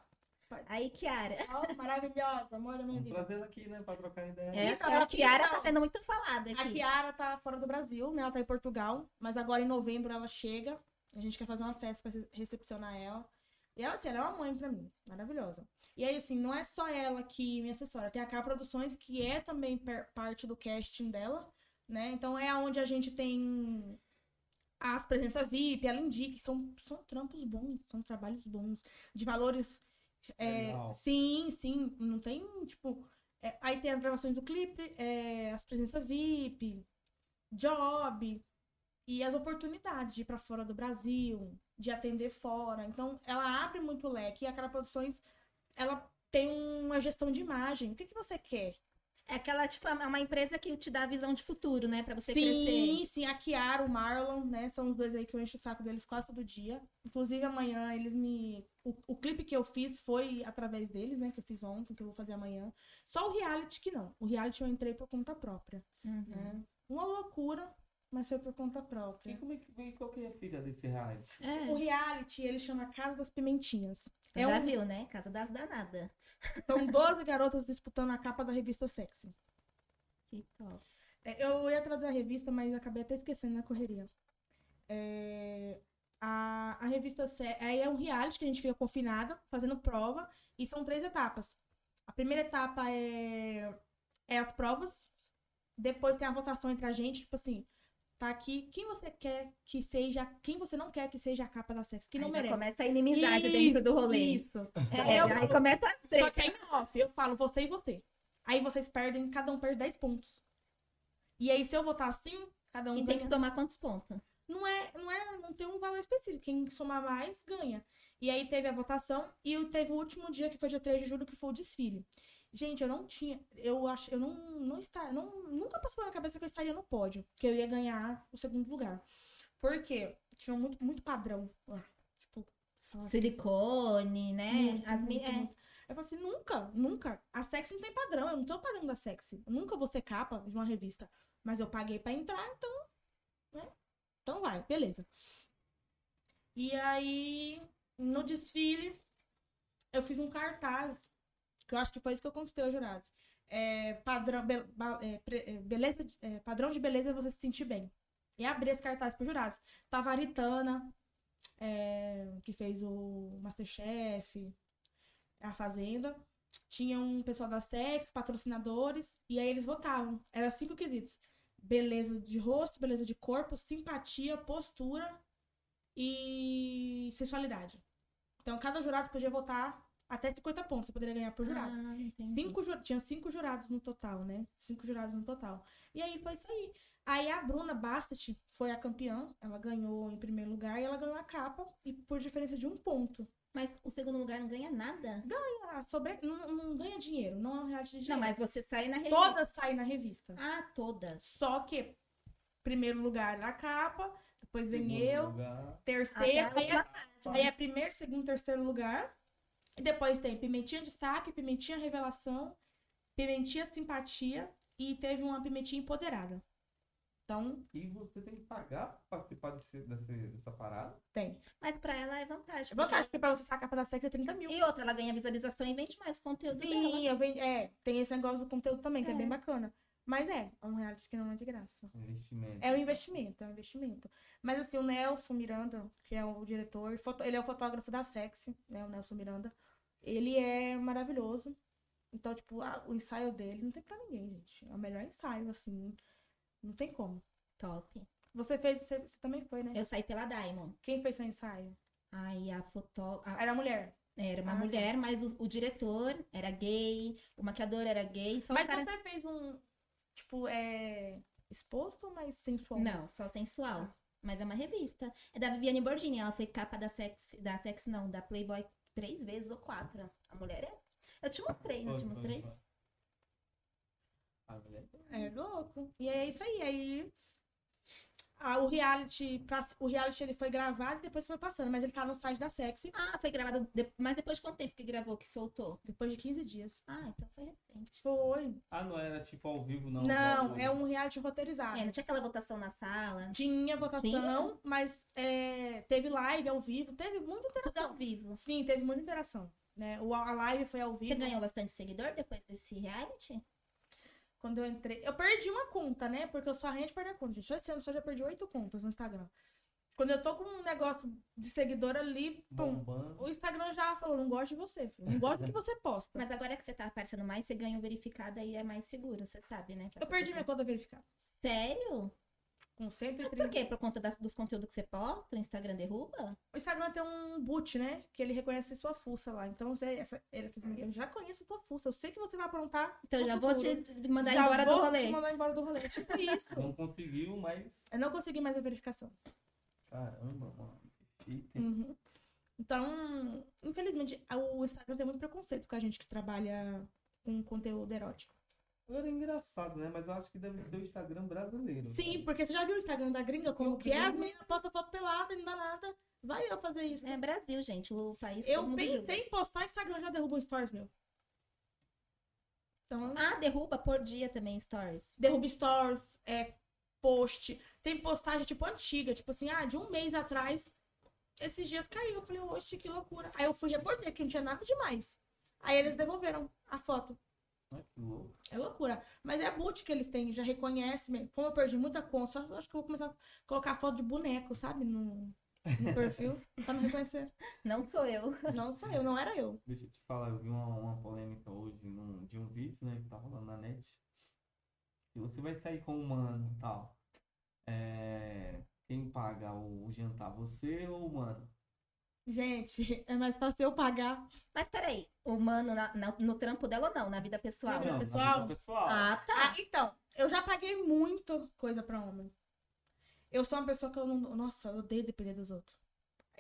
E: Faz-
D: Aí, Kiara.
E: Ó, maravilhosa, amor da minha
B: Vamos
E: vida.
B: trazer ela aqui, né? Pra trocar ideia.
D: É,
E: Então,
D: a
E: aqui,
D: Kiara tá
E: então.
D: sendo muito falada
E: A
D: aqui.
E: Kiara tá fora do Brasil, né? Ela tá em Portugal. Mas agora em novembro ela chega. A gente quer fazer uma festa pra rece- recepcionar ela. E ela, assim, ela é uma mãe pra mim. Maravilhosa. E aí, assim, não é só ela que me assessora. Tem a K Produções, que é também per- parte do casting dela, né? Então é onde a gente tem as presenças VIP, ela indica. São, são trampos bons, são trabalhos bons. De valores... é,
B: Legal.
E: sim, sim. Não tem, tipo... É, aí tem as gravações do clipe, é, as presenças VIP, job e as oportunidades de ir pra fora do Brasil, de atender fora. Então, ela abre muito o leque e a Cara Produções, ela tem uma gestão de imagem. O que, que você quer?
D: É aquela, tipo, é uma empresa que te dá a visão de futuro, né? Pra você crescer.
E: sim, sim, a Kiara, o Marlon, né? São os dois aí que eu encho o saco deles quase todo dia. Inclusive, amanhã eles me. O, o clipe que eu fiz foi através deles, né? Que eu fiz ontem, que eu vou fazer amanhã. Só o reality que não. O reality eu entrei por conta própria.
D: Uhum.
E: né? Uma loucura, mas foi por conta
B: E
E: própria.
B: como é que e qual que é a fita desse reality?
D: É.
E: O reality, ele chama Casa das Pimentinhas. É
D: Já
E: um-
D: viu, né? Casa das danadas.
E: São 12 garotas disputando a capa da revista Sexy.
D: Que top.
E: É, Eu ia trazer a revista, mas acabei até esquecendo na correria. É, A, a revista Se- aí é um reality que a gente fica confinada, fazendo prova, e são três etapas. A primeira etapa é, é as provas, depois tem a votação entre a gente, tipo assim, tá aqui quem você quer que seja, quem você não quer que seja a capa da Sexy, que
D: Aí
E: não
D: já
E: merece.
D: começa a inimizade dentro do rolê.
E: Isso.
D: É,
E: Eu-
D: aí começa a
E: Só
D: treta.
E: que aí em off, eu falo você e você. Aí vocês perdem, cada um perde 10 pontos. E aí, se eu votar assim, cada um
D: E tem
E: ganha.
D: que tomar quantos pontos?
E: Não é, não é, não tem um valor específico. Quem somar mais, ganha. E aí teve a votação e o- teve o último dia, que foi dia 3 de julho, que foi o desfile. Gente, eu não tinha. Eu acho, eu não, não está, não, nunca passou pela minha cabeça que eu estaria no pódio, que eu ia ganhar o segundo lugar. Porque tinha muito, muito padrão lá. Tipo, você fala,
D: Silicone, né?
E: muito,
D: As mi-
E: muito,
D: é.
E: muito. Eu falo assim, nunca, nunca. A sexy não tem padrão, eu não tenho padrão da sexy. Eu nunca vou ser capa de uma revista. Mas eu paguei pra entrar, então. Né? Então vai, beleza. E aí, no desfile, eu fiz um cartaz. Que eu acho que foi isso que eu conquistei os jurados. É, padrão, be- ba- é, pre- é, beleza, de- é, padrão de beleza é você se sentir bem. E abri esse cartaz pros jurados. Tava a Aritana, é, que fez o Masterchef, a Fazenda. Tinha um pessoal da Sex, patrocinadores, e aí eles votavam. Eram cinco quesitos: beleza de rosto, beleza de corpo, simpatia, postura e sexualidade. Então, cada jurado podia votar até 50 pontos, você poderia ganhar por jurado.
D: Ah, entendi.
E: Cinco, ju- tinha cinco jurados no total, né? Cinco jurados no total. E aí foi isso aí. Aí a Bruna Bastet foi a campeã. Ela ganhou em primeiro lugar e ela ganhou a capa. E por diferença de um ponto.
D: Mas o segundo lugar não ganha nada?
E: Ah, sobre... não, não ganha dinheiro, não é um reality de
D: Não,
E: dinheiro.
D: mas você sai na revista.
E: Todas saem na revista.
D: Ah, todas.
E: Só que primeiro lugar era a capa, depois vem
B: Segundo
E: eu,
B: lugar.
E: terceiro,
D: Até a
E: aí, é- aí é primeiro, segundo, terceiro lugar. E depois tem pimentinha destaque, pimentinha revelação, pimentinha simpatia e teve uma pimentinha empoderada. Então,
B: E você tem que pagar pra participar desse, desse- dessa parada?
E: tem.
D: Mas pra ela é vantagem.
E: Vantagem, porque pra você sacar a capa da sexo é 30 mil.
D: E outra, ela ganha visualização e vende mais conteúdo dela.
E: Sim, eu ven- é, tem esse negócio do conteúdo também, que é.
D: É.
E: bem bacana. Mas é, é um reality que não é de graça.
B: Investimento.
E: É um investimento, é um investimento. Mas assim, o Nelson Miranda, que é o diretor, foto- ele é o fotógrafo da Sexy, né? O Nelson Miranda. Ele é maravilhoso. Então, tipo, a- o ensaio dele não tem pra ninguém, gente. É o melhor ensaio, assim. Não tem como.
D: Top.
E: Você fez, você, você também foi, né?
D: Eu saí pela Diamond.
E: Quem fez seu ensaio?
D: Aí a fotó... a-
E: Era mulher.
D: Era uma
E: Ah, tá.
D: mulher, mas o, o diretor era gay, o maquiador era gay, só um o
E: Mas
D: cara...
E: você fez um, tipo, é. exposto ou mais sensual?
D: Não, só sensual. Mas é uma revista. É da Viviane Bordini. Ela foi capa da Sex, da Sex não, da Playboy três vezes ou quatro. A mulher é. Eu te mostrei, não te
B: Foi, foi,
D: mostrei?
B: foi. Ah, mulher.
E: É louco. E é isso aí. Aí ah, o reality, pass- o reality ele foi gravado e depois foi passando, mas ele tá no site da Sexy
D: Ah, foi gravado. de- Mas depois de quanto tempo que gravou, que soltou?
E: depois de 15 dias.
D: Ah, então foi recente.
E: Foi.
B: Ah, não era tipo ao vivo, não.
E: Não,
B: Não,
E: é um reality roteirizado.
D: É, não tinha aquela votação na sala.
E: Tinha votação,
D: Tinha?
E: mas é, teve live ao vivo, teve muita
D: Tudo ao
E: interação.
D: vivo.
E: Sim, teve muita interação. Né? O, a live foi ao
D: Você
E: vivo.
D: ganhou bastante seguidor depois desse reality?
E: Quando eu entrei. Eu perdi uma conta, né? Porque eu sou a de perder conta, gente. Esse ano só já perdi oito contas no Instagram. Quando eu tô com um negócio de seguidor ali, pum,
B: Bombando.
E: O Instagram já falou, não gosto de você, filho. não gosto do que você posta.
D: Mas agora que você tá aparecendo mais, você ganha o verificado aí é mais seguro, você sabe, né?
E: eu perdi minha conta verificada.
D: Sério?
E: Com
D: Mas por
E: 130.
D: quê? Por conta das- dos conteúdos que você posta, o Instagram derruba?
E: O Instagram tem um boot, né? Que ele reconhece sua fuça lá. Então, você, essa, ele fez assim, eu já conheço tua fuça, eu sei que você vai aprontar.
D: Então eu
E: no
D: já vou
E: futuro.
D: te mandar
E: Já
D: embora do
E: vou
D: rolê.
E: te mandar embora do rolê. Tipo isso.
B: Não conseguiu, mas.
E: Eu não consegui mais a verificação.
B: Caramba, mano. Eita.
E: Uhum. Então, infelizmente, a- o Instagram tem muito preconceito com a gente que trabalha com conteúdo erótico.
B: Agora é engraçado, né? Mas eu acho que deve ser o Instagram brasileiro. né?
E: Sim, porque você já viu o Instagram da gringa? Uhum. Como que é? As meninas postam foto pelada, não dá nada. Vai eu fazer isso.
D: É Brasil, gente, o país que todo
E: Eu
D: mundo julga.
E: pensei em postar Instagram, já derrubou stories, meu. Então,
D: Ah, derruba por dia também stories.
E: derruba stories, é, post. Tem postagem, tipo, antiga, tipo assim, ah, de um mês atrás, esses dias caiu. Eu falei, oxe, que loucura. Aí eu fui reporter, que não tinha nada demais. Aí eles devolveram a foto.
B: Ai, que louco.
E: É loucura. Mas é boot que eles têm, já reconhece mesmo. Como eu perdi muita conta, só acho que eu vou começar a colocar foto de boneco, sabe? No, no perfil, pra não reconhecer.
D: Não sou eu.
E: Não sou eu, não era eu.
B: Deixa eu te falar, eu vi uma, uma polêmica hoje num- de um vídeo, né? Que tá rolando na net. Se você vai sair com um mano e tal, é, quem paga o, o jantar? Você ou o mano?
E: Gente, é mais fácil eu pagar
D: Mas peraí, o mano na- na- no trampo dela ou não? Na vida pessoal?
E: Na vida-
B: Não, na
E: pessoal?
B: pessoal.
D: Ah, tá.
E: Ah, então, eu já paguei muito coisa pra homem. Eu sou uma pessoa que eu não. Nossa, eu odeio depender dos outros.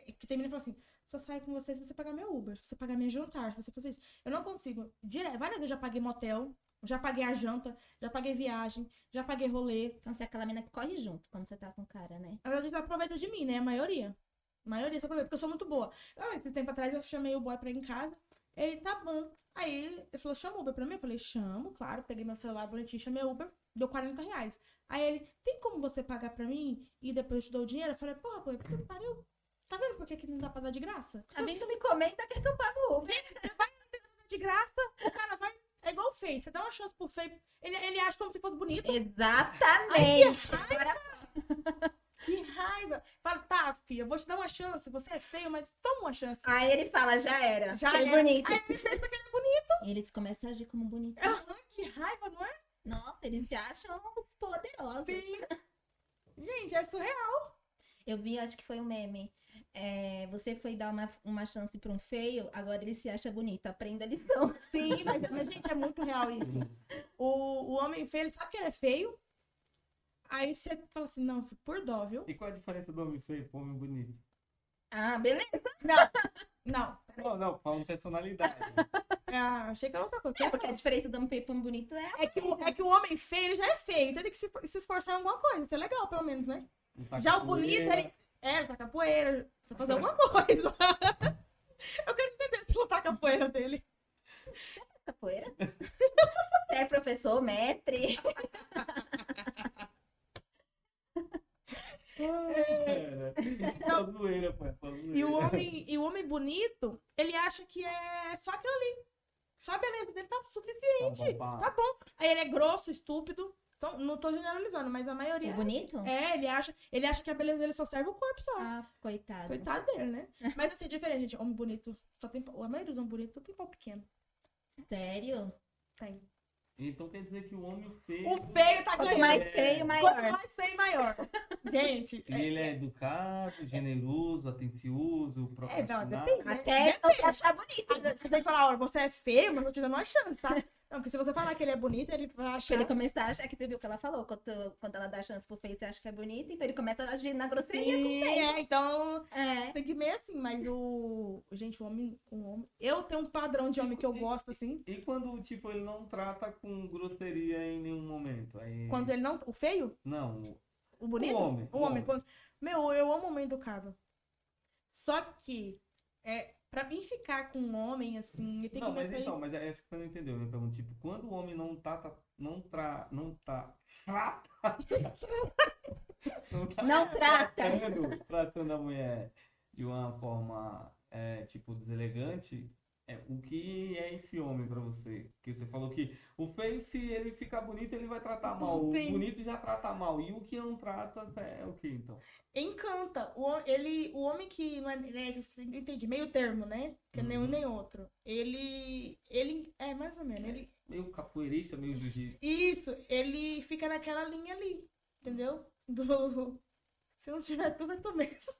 E: E Que termina e fala assim: só saio com você se você pagar meu Uber, se você pagar minha jantar, se você fazer isso. Eu não consigo. Dire... Várias vezes eu já paguei motel, já paguei a janta, já paguei viagem, já paguei rolê.
D: Então você é aquela mina que corre junto quando você tá com o cara, né?
E: Na verdade, eles aproveitam de mim, né? A maioria. A maioria se aproveita, porque eu sou muito boa. Eu, esse tempo atrás eu chamei o boy pra ir em casa. Ele tá bom. Aí ele falou: chama o Uber pra mim? Eu falei: chamo, claro. Peguei meu celular bonitinho, chamei o Uber, deu 40 reais. Aí ele: tem como você pagar pra mim e depois eu te dou o dinheiro? Eu falei: porra, pô, por que que pariu? Tá vendo por que, que não dá pra dar de graça?
D: A mim tu me comenta que é que eu pago o Uber.
E: De graça, o cara vai. É igual o Fei. Você dá uma chance pro Fei. Ele, ele acha como se fosse bonito.
D: Exatamente. Agora
E: Que raiva. Fala, tá, filha, eu vou te dar uma chance. Você é feio, mas toma uma chance.
D: Aí ele fala, já era.
E: Já
D: Foi
E: era.
D: bonito.
E: Aí você pensa que ele é bonito.
D: Eles começam a agir como bonito.
E: Ah, que raiva, não é?
D: Nossa, eles se acham poderosos.
E: Gente, é surreal.
D: Eu vi, acho que foi um meme. É, você foi dar uma, uma chance pra um feio, agora ele se acha bonito. Aprenda a lição.
E: Sim, mas, mas, gente, é muito real isso. O, o homem feio, ele sabe que ele é feio. Aí você fala assim, não, por dó, viu?
B: E qual é a diferença do homem feio pro homem bonito?
D: Ah, beleza.
E: É Não,
B: Não, não, falando personalidade.
E: é, achei que era outra coisa.
D: É, porque a diferença do homem feio pro homem bonito é...
E: É que, o- é que o homem feio, ele já é feio, então tem que se, for- se esforçar em alguma coisa. Isso é legal, pelo menos, né?
B: Não tá
E: já o
B: capoeira.
E: bonito, ele... É, ele tá capoeira, pra fazer alguma coisa. Eu quero entender se lutar capoeira dele.
D: Capoeira? Você é professor, mestre?
B: Ai, cara. Só Tá zoeira, pô. é Só zoeira.
E: É. E o homem, e o homem bonito, ele acha que é só aquilo ali. Só a beleza dele tá suficiente.
B: Tá bom, pá.
E: Tá bom. Aí ele é grosso, estúpido. Então, não tô generalizando, mas a
D: É
E: maioria.
D: bonito?
E: É, ele acha, ele acha que a beleza dele só serve o corpo só.
D: Ah, coitado.
E: Coitado dele, né? Mas assim, é diferente, gente. Homem bonito, só tem. pau- A maioria dos homens bonitos tem pau pequeno.
D: Sério?
E: Tem.
B: Então quer dizer que o homem feio.
E: O feio tá
D: Quanto
E: ganhando.
D: mais feio,
E: Quanto
D: maior.
E: mais feio, maior. Gente.
B: E ele é educado, generoso, atencioso,
E: É, não,
B: profissional.
E: depende. né?
D: Até não se achar bonito.
E: Você tem que falar, olha, você é feio, mas eu tô te dando uma chance, tá? Não, porque se você falar que ele é bonito, ele vai
D: Se
E: achar.
D: ele começar a achar que você viu o que ela falou, quando, quando ela dá chance pro Face, você acha que é bonita, então ele começa a agir na grosseria.
E: Sim, é, então
D: É.
E: tem que ir meio assim, mas o. Gente, o homem, o homem. Eu tenho um padrão de homem que eu gosto, assim.
B: E quando, tipo, ele não trata com grosseria em nenhum momento? Aí...
E: Quando é- ele não. O feio?
B: Não,
E: O bonito?
B: O homem,
E: O
B: o
E: homem.
B: homem.
E: quando- Meu, eu amo homem educado. Só que. É, pra mim ficar com um homem, assim, ele tem
B: não,
E: que
B: mas
E: meter.
B: então, mas é- acho que você não entendeu minha pergunta. Tipo, quando o homem não trata, não tra, não tá, trata, não tá
D: Não trata.
B: tratando, tratando a mulher de uma forma, é, tipo, deselegante, é, o que é esse homem pra você? Que você falou que o feio, se ele ficar bonito, ele vai tratar mal.
E: Sim.
B: O bonito já trata mal. E o que não trata é o que, então?
E: Encanta. O, hom- ele, o homem que não é, né, eu se- entendi, meio termo, né? Que é nenhum
B: Uhum.
E: nem outro. Ele, ele é mais ou menos. Ele,
B: Meio capoeirista, meio jiu-jitsu.
E: isso, ele fica naquela linha ali, entendeu? Do se não tiver tudo é tu mesmo.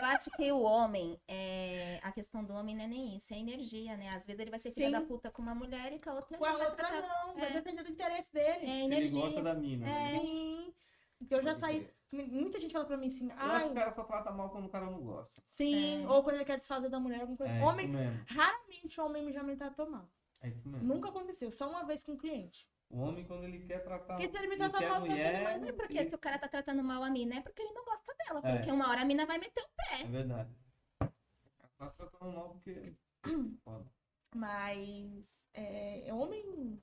D: Eu acho que o homem, é... a questão do homem não é nem isso, é energia, né? Às vezes ele vai ser filho
E: Sim.
D: da puta com uma mulher e com a outra
E: Com a
D: não vai
E: outra
D: tratar-
E: não, vai
D: é.
E: depender do interesse dele.
D: É
B: Se ele gosta
D: energia.
B: da mina. né?
E: É. Sim. Porque eu já
B: Pode
E: saí,
B: crer.
E: muita gente fala pra mim assim:
B: Eu acho que o
E: "Ai,
B: cara só trata mal quando o cara não gosta.
E: sim",
D: É.
E: ou quando ele quer desfazer da mulher alguma coisa.
B: É
E: homem,
B: isso mesmo.
E: raramente o homem já me tratou mal.
B: É isso mesmo.
E: Nunca aconteceu, só uma vez com um cliente.
B: O homem, quando ele quer tratar.
E: Porque se ele me
B: ele
E: tratar
B: quer
E: mal, eu tô
B: mulher,
E: tendo
D: Mas é porque se o cara tá tratando mal a mina, é porque ele não gosta dela.
B: É.
D: Porque uma hora a mina vai meter o
B: É verdade. Tá tratando mal porque. Foda.
E: Mas é, é homem.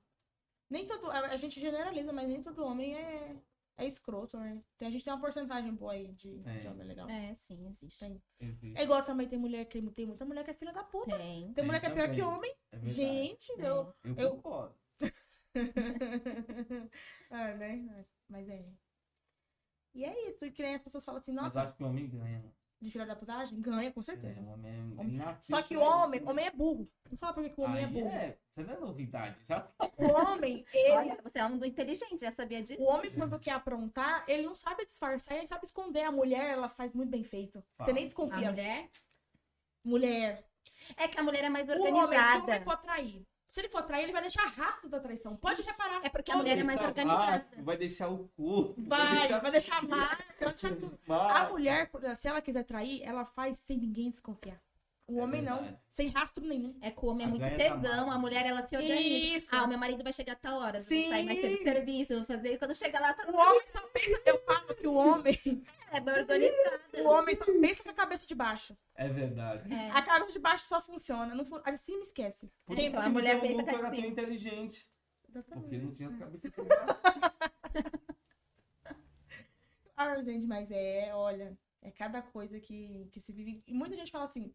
E: Nem todo. A, a gente generaliza, mas nem todo homem é, é escroto, né? Tem, a gente tem uma porcentagem boa aí de,
B: É.
E: de homem legal. É.
D: pé. É, sim, existe.
E: Tem.
B: Existe.
E: É igual também tem mulher que tem muita mulher que é filha da puta.
D: Tem.
E: Tem mulher que é pior que
B: também.
E: homem.
B: É verdade.
E: gente, eu.
B: eu
E: eu-
B: concordo.
E: ah, né? Mas é. E é isso. E que nem as pessoas falam assim,
B: Mas
E: nossa,
B: acho que o homem ganha. mano.
E: de filha da putagem? Ganha, com
B: É,
E: certeza.
B: o homem, ele
E: Homem-
B: nasceu
E: Só que o
B: pra isso,
E: homem,
B: né?
E: homem é burro. Não fala porque que o homem é
B: Aí
E: burro.
B: É, você não é novidade. Já
E: O homem, ele
D: Olha, você é um do inteligente, já sabia disso.
E: O homem, quando quer aprontar, ele não sabe disfarçar, ele sabe esconder. A mulher, ela faz muito bem feito. Você
B: Fala.
E: nem
D: A
E: desconfia.
D: mulher.
E: Mulher.
D: É que a mulher é mais
E: O homem, se o
D: organizada.
E: homem for trair, se ele for trair, ele vai deixar a raça da traição. Pode reparar.
D: É porque a
E: Todo
D: mulher é mais
B: Tá
D: organizada.
B: baixo, Vai deixar o corpo.
E: Vai, vai deixar marca. vai deixar tudo. A
B: Vai.
E: mulher, se ela quiser trair, ela faz sem ninguém desconfiar. O
B: É
E: homem não,
B: verdade.
E: sem rastro nenhum.
D: É que o homem é
B: A
D: muito
B: ganha da
D: tesão,
B: mala.
D: a mulher ela se organiza.
E: Isso.
D: Ah, o meu marido vai chegar a tal hora, eu
E: Sim.
D: vou sair mais cedo do serviço, eu vou fazer. E quando chega lá, tá
E: O homem só pensa, eu falo que o homem,
D: é bem organizada.
E: o homem só pensa com a cabeça de baixo.
B: É verdade.
D: É.
E: A cabeça de baixo só funciona, não fun... acima esquece.
B: Por
D: Então,
B: isso que
D: a mulher
B: o
D: pensa
B: Muco
D: que é
B: era
D: assim.
B: tão inteligente. Porque não tinha cabeça.
E: Ah, gente, mas é, olha, é cada coisa que, que se vive. E muita gente fala assim,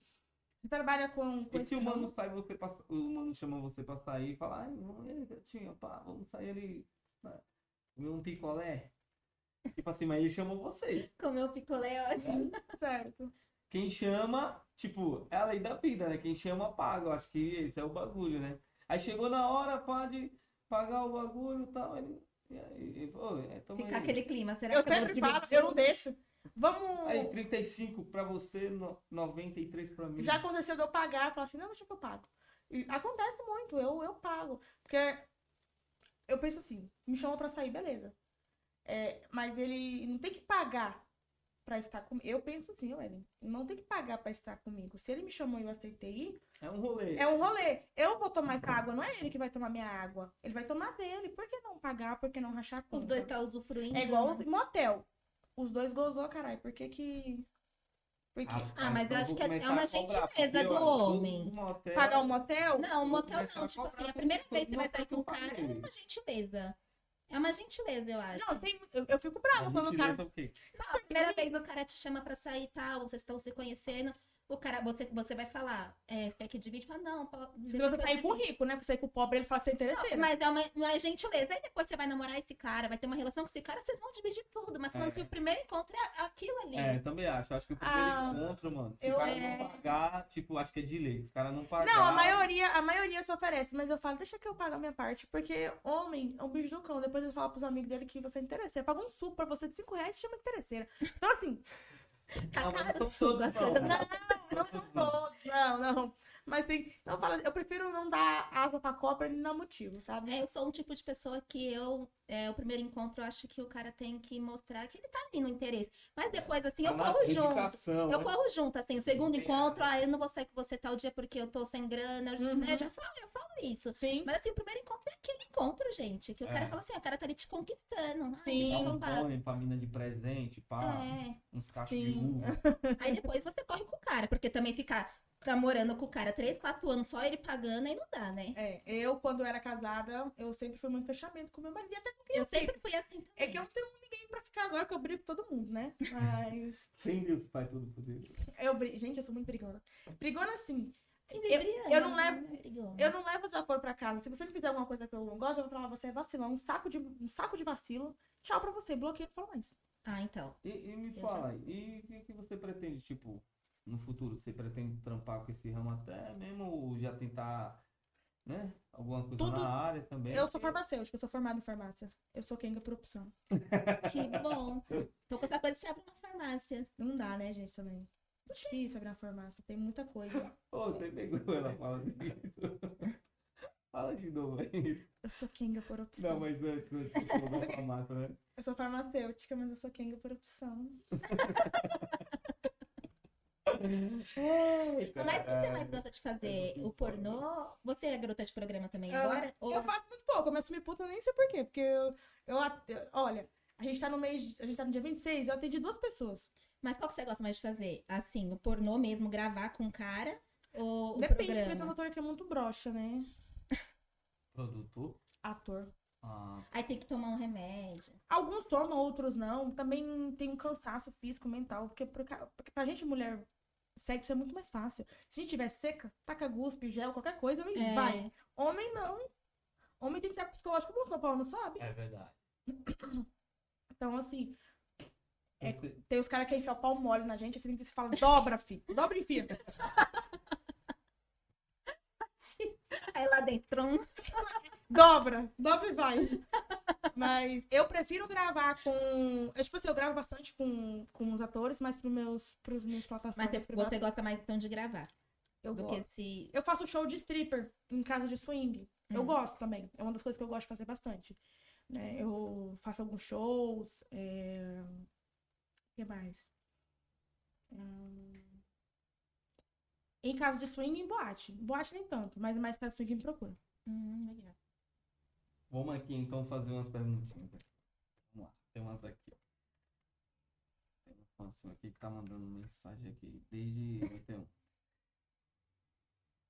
E: você trabalha com, com
B: E se o
E: ramo?"
B: humano sai, você pra, o humano chama você pra sair e fala, ai, vamos aí, gatinha, pá, vamos sair ali, né, comer um picolé. Tipo assim, mas ele chama você.
D: Comer o picolé é ótimo.
E: Certo.
B: Quem chama, tipo, é a lei da vida, né? Quem chama, paga. Eu acho que esse é o bagulho, né? Aí chegou na hora, pá, de pagar o bagulho e tal, ele... E aí, pô, é, tamo
D: Ficar
B: aí.
D: aquele clima, será
E: Eu
D: que eu vou
E: sempre falo,
D: dividir?
E: eu não deixo. Vamos.
B: Aí, 35 pra você, no- 93 pra mim.
E: Já aconteceu de eu pagar, falar assim, não, deixa que eu pago. E acontece muito, eu, eu pago. Porque eu penso assim, me chamou pra sair, beleza. É, mas ele não tem que pagar pra estar comigo. Eu penso assim, Ellen, não tem que pagar pra estar comigo. Se ele me chamou e eu aceitei ir,
B: É um rolê.
E: É um rolê. Eu vou tomar essa água, não é ele que vai tomar minha água. Ele vai tomar dele. Por que não pagar? Por que não rachar a conta?
D: Os dois tá usufruindo.
E: É igual
D: né?
E: motel. Os dois gozou, caralho. Por que que... Por que...
D: Ah, mas eu
B: então
D: acho
B: vou
D: que é- é
B: começar
D: uma
B: a cobrar,
D: gentileza
B: porque,
D: do
B: olha,
D: homem.
B: um motel-
E: Pagar o motel?
D: Não, motel
B: Começar
D: não.
B: a
D: Tipo assim, a
B: cobrar
D: primeira
B: tudo,
D: vez que você vai
B: nossa,
D: sair com
B: eu
D: o cara é
B: paguei.
D: uma gentileza. É uma gentileza, eu acho.
E: Não, tem... eu, eu fico brava
B: A
E: quando o cara...
B: gentileza é o quê?
D: A primeira vez o cara te chama pra sair e tal, vocês estão se conhecendo. O cara, você, você vai falar, é, quer que divide? Fala, não, pô,
E: assim, Se
D: deixa
E: você
D: que eu
E: sair com o
D: divido.
E: rico, né? Porque sair com o pobre, ele fala que você é interesseiro.
D: Mas é uma, uma gentileza. Aí depois você vai namorar esse cara, vai ter uma relação com esse cara, vocês vão dividir tudo. Mas quando
B: É.
D: se o primeiro encontro é aquilo ali.
B: É, eu também acho. Acho que o primeiro
E: Ah,
B: encontro, mano, se
E: eu-
B: o cara
E: é.
B: não pagar, tipo, acho que é de lei. Se o cara não pagar.
E: Não, a maioria, a maioria se oferece, mas eu falo, deixa que eu pago a minha parte, porque homem é um bicho do cão. Depois ele fala pros amigos dele que você é interesseira. Paga um suco pra você de 5 reais e chama de interesseira. Então, assim,
D: Tá
B: Não, mas
D: caro
E: Tá
B: não são
D: tudo,
B: todos,
D: as
B: não.
D: coisas-
E: Não, não são todos, não, não. Mas tem. Então eu falo, eu prefiro não dar asa pra cobra e não dar motivo, sabe?
D: É, eu sou um tipo de pessoa que eu, é, o primeiro encontro, eu acho que o cara tem que mostrar que ele tá ali no interesse. Mas depois,
B: É
D: assim, eu corro junto.
C: Dedicação,
D: Eu
C: né?
D: corro junto, assim, o segundo encontro, ah, eu não vou sair com você tal dia porque eu tô sem grana,
E: Uhum.
D: né? Eu já falo, eu falo isso.
E: Sim.
D: Mas assim, o primeiro encontro é aquele encontro, gente. Que o cara
B: É.
D: fala assim, ó, o cara tá ali te conquistando. Ai,
E: Sim. tá.
D: te
B: Dá um
D: arrombado.
B: pônei pra mina de presente, pá,
D: É.
B: uns cachos de
E: Sim.
B: uva.
D: Aí depois você corre com o cara, porque também ficar namorando com o cara 3, 4 anos só ele pagando, aí não dá, né?
E: É, eu, quando era casada, eu sempre fui muito fechamento com meu marido. E até com quem
D: Eu
E: É eu sei.
D: sempre fui assim também.
E: É que eu não tenho ninguém pra ficar agora, que eu brigo com todo mundo, né? Mas.
B: Sem Deus, Pai Todo-Poderoso.
E: eu bri- Gente, eu sou muito brigona. Brigona assim.
D: Ele é brigando,
E: eu não
D: né?
E: levo-
D: Brigou.
E: Eu não levo desaforo pra casa. Se você me fizer alguma coisa que eu não gosto, eu vou falar, você é vacilão, um saco de, um saco de vacilo. Tchau pra você, bloqueio, não falo mais.
D: Ah, então.
B: E, e me
D: já
B: fala, e o que, que você pretende, tipo, no futuro? Você pretende trampar com esse ramo até mesmo ou já tentar, né? Alguma coisa
E: Tudo.
B: na área também?
E: Eu sou
B: Porque-
E: farmacêutica, eu sou formada em farmácia. Eu sou quenga por opção.
D: Que bom. Então qualquer coisa você abre uma farmácia.
E: Não dá, né, gente, também. Difícil abrir uma farmácia, tem muita coisa.
B: Ô, você pegou ela falando isso. Fala de novo aí.
E: Eu sou quenga por opção.
B: Não, mas antes, quando você falou da farmácia, né?
E: Eu sou farmacêutica, mas eu sou quenga por opção.
D: Mas o que você mais gosta de fazer? O pornô? Você é garota de programa também
E: Eu-
D: agora? Ou...
E: Eu faço muito pouco, eu me assumi puta, eu nem sei por quê. Porque eu, eu at- eu- Olha, a gente tá no mês. A gente tá no dia 26, eu atendi duas pessoas.
D: Mas qual que você gosta mais de fazer? Assim, o pornô mesmo, gravar com o cara? Ou
E: Depende,
D: o
E: porque tem um
D: programa?
E: ator que é muito broxa, né?
B: Produtor?
E: Ator.
B: Ah,
D: Aí tem que tomar um remédio.
E: Alguns tomam, outros não. Também tem um cansaço físico, mental. Porque, pro ca- porque pra gente, mulher, sexo é muito mais fácil. Se a gente tiver seca, taca guspe, gel, qualquer coisa, homem
D: É.
E: vai. Homem não. Homem tem que estar psicológico bom, senão o pau não sobe.
B: é verdade.
E: Então, assim, É.
B: Você-
E: tem os caras que enfiam o pau mole na gente, assim, que se fala, dobra, fi. Dobra e enfia.
D: Aí lá dentro, um...
E: Dobra, dobra e vai. mas eu prefiro gravar com. Eu, tipo assim, eu gravo bastante com, com os atores, mas pros meus, pros meus
D: Mas
E: plataformas.
D: você, você gosta mais então de gravar.
E: eu,
D: do
E: gosto.
D: que se.
E: eu faço show de stripper em casa de swing. Eu
D: Hum.
E: gosto também. É uma das coisas que eu gosto de fazer bastante. né? Eu faço alguns shows. é, O que mais? Hum, Em casa de swing e em boate. Boate nem tanto, mas mais casa de swing me procura.
D: Hum, legal.
B: Vamos aqui então fazer umas perguntinhas. aqui. Vamos lá, tem umas aqui. ó. Tem uma fãzinha aqui que tá mandando mensagem aqui desde 81.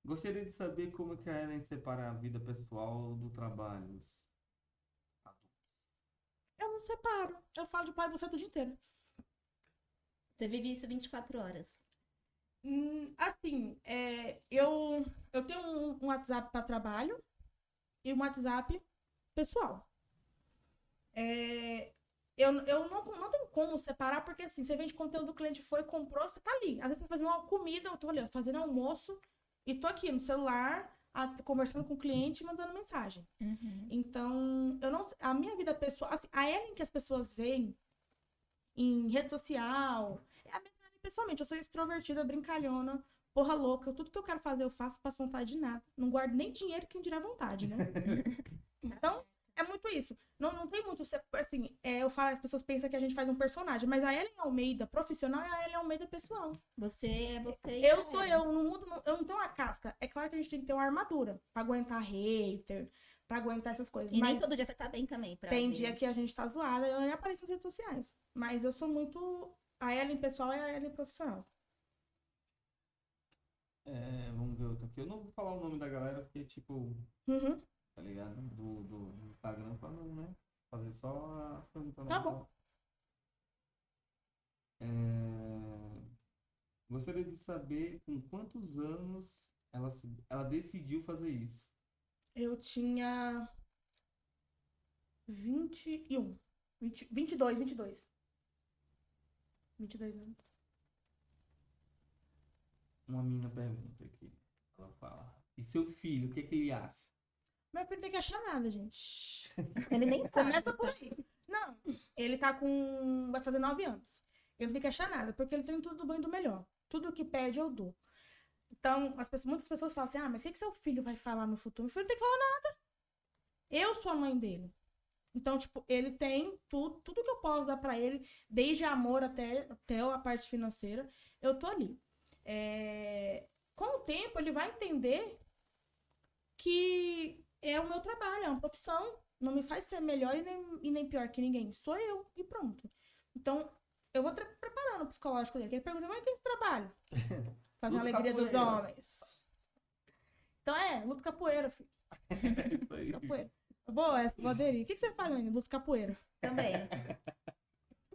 B: Gostaria de saber como que a Ellen separa a vida pessoal do trabalho.
E: Eu não separo. Eu falo de pai e você o dia inteiro.
D: Você vive isso 24 horas.
E: Hum, assim, é, eu, eu tenho um, um WhatsApp para trabalho e um WhatsApp pessoal. É, eu eu não, não tenho como separar, porque assim, você vende conteúdo, o cliente foi, comprou, você tá ali. Às vezes você tá fazendo uma comida, eu tô ali, ó, fazendo almoço e tô aqui no celular, a- conversando com o cliente e mandando mensagem.
D: Uhum.
E: Então, eu não, a minha vida pessoal, assim, a Ellen que as pessoas veem em rede social, é a mesma Ellen pessoalmente. Eu sou extrovertida, brincalhona, porra louca. Tudo que eu quero fazer, eu faço, passo vontade de nada. Não guardo nem dinheiro que me dirá vontade, né? então, é muito isso. Não, não tem muito, se- assim, é, eu falo, as pessoas pensam que a gente faz um personagem, mas a Ellen Almeida profissional é a Ellen Almeida pessoal.
D: Você é você. e
E: Eu
D: já
E: sou
D: era.
E: eu, no mundo eu não tenho uma casca. É claro que a gente tem que ter uma armadura pra aguentar hater, pra aguentar essas coisas.
D: E
E: mas...
D: nem todo dia você tá bem também. Pra
E: Tem
D: ver.
E: dia que a gente tá zoada, ela nem aparece nas redes sociais. Mas eu sou muito. A Ellen pessoal e a Ellen profissional.
B: É, vamos ver outra aqui. Eu não vou falar o nome da galera porque, tipo,
E: Uhum.
B: tá ligado? Do, do do Instagram pra não, né? Fazer só as perguntas.
E: Tá
B: não,
E: bom.
B: só. É, Gostaria de saber com quantos anos ela, se- ela decidiu fazer isso.
E: Eu tinha. 21. 20, 22, 22. 22 anos.
B: Uma mina pergunta aqui. Ela fala. E seu filho, o que, que ele acha?
E: Mas não tem que achar nada, gente.
D: Ele nem sabe.
E: Começa por aí. Não, ele tá com. Vai fazer nove anos. Ele não tem que achar nada, porque ele tem tudo do bom e do melhor. Tudo que pede, eu dou. Então, as pessoas, muitas pessoas falam assim: ah, mas o que, que seu filho vai falar no futuro? Meu filho não tem que falar nada. Eu sou a mãe dele. Então, tipo, ele tem tudo, tudo que eu posso dar pra ele, desde amor até, até a parte financeira, eu tô ali. É, Com o tempo, ele vai entender que é o meu trabalho, é uma profissão. Não me faz ser melhor e nem, e nem pior que ninguém. Sou eu e pronto. Então, eu vou tra- preparando o psicológico dele. que Ele pergunta, mas o que é esse trabalho? Fazer a
B: Luta
E: alegria dos
B: capoeira.
E: homens. Então é, luto capoeira, filho.
B: É isso aí.
E: Capoeira. Boa, essa, vou aderir. O que, que você faz, menino? Luto capoeira.
D: Também.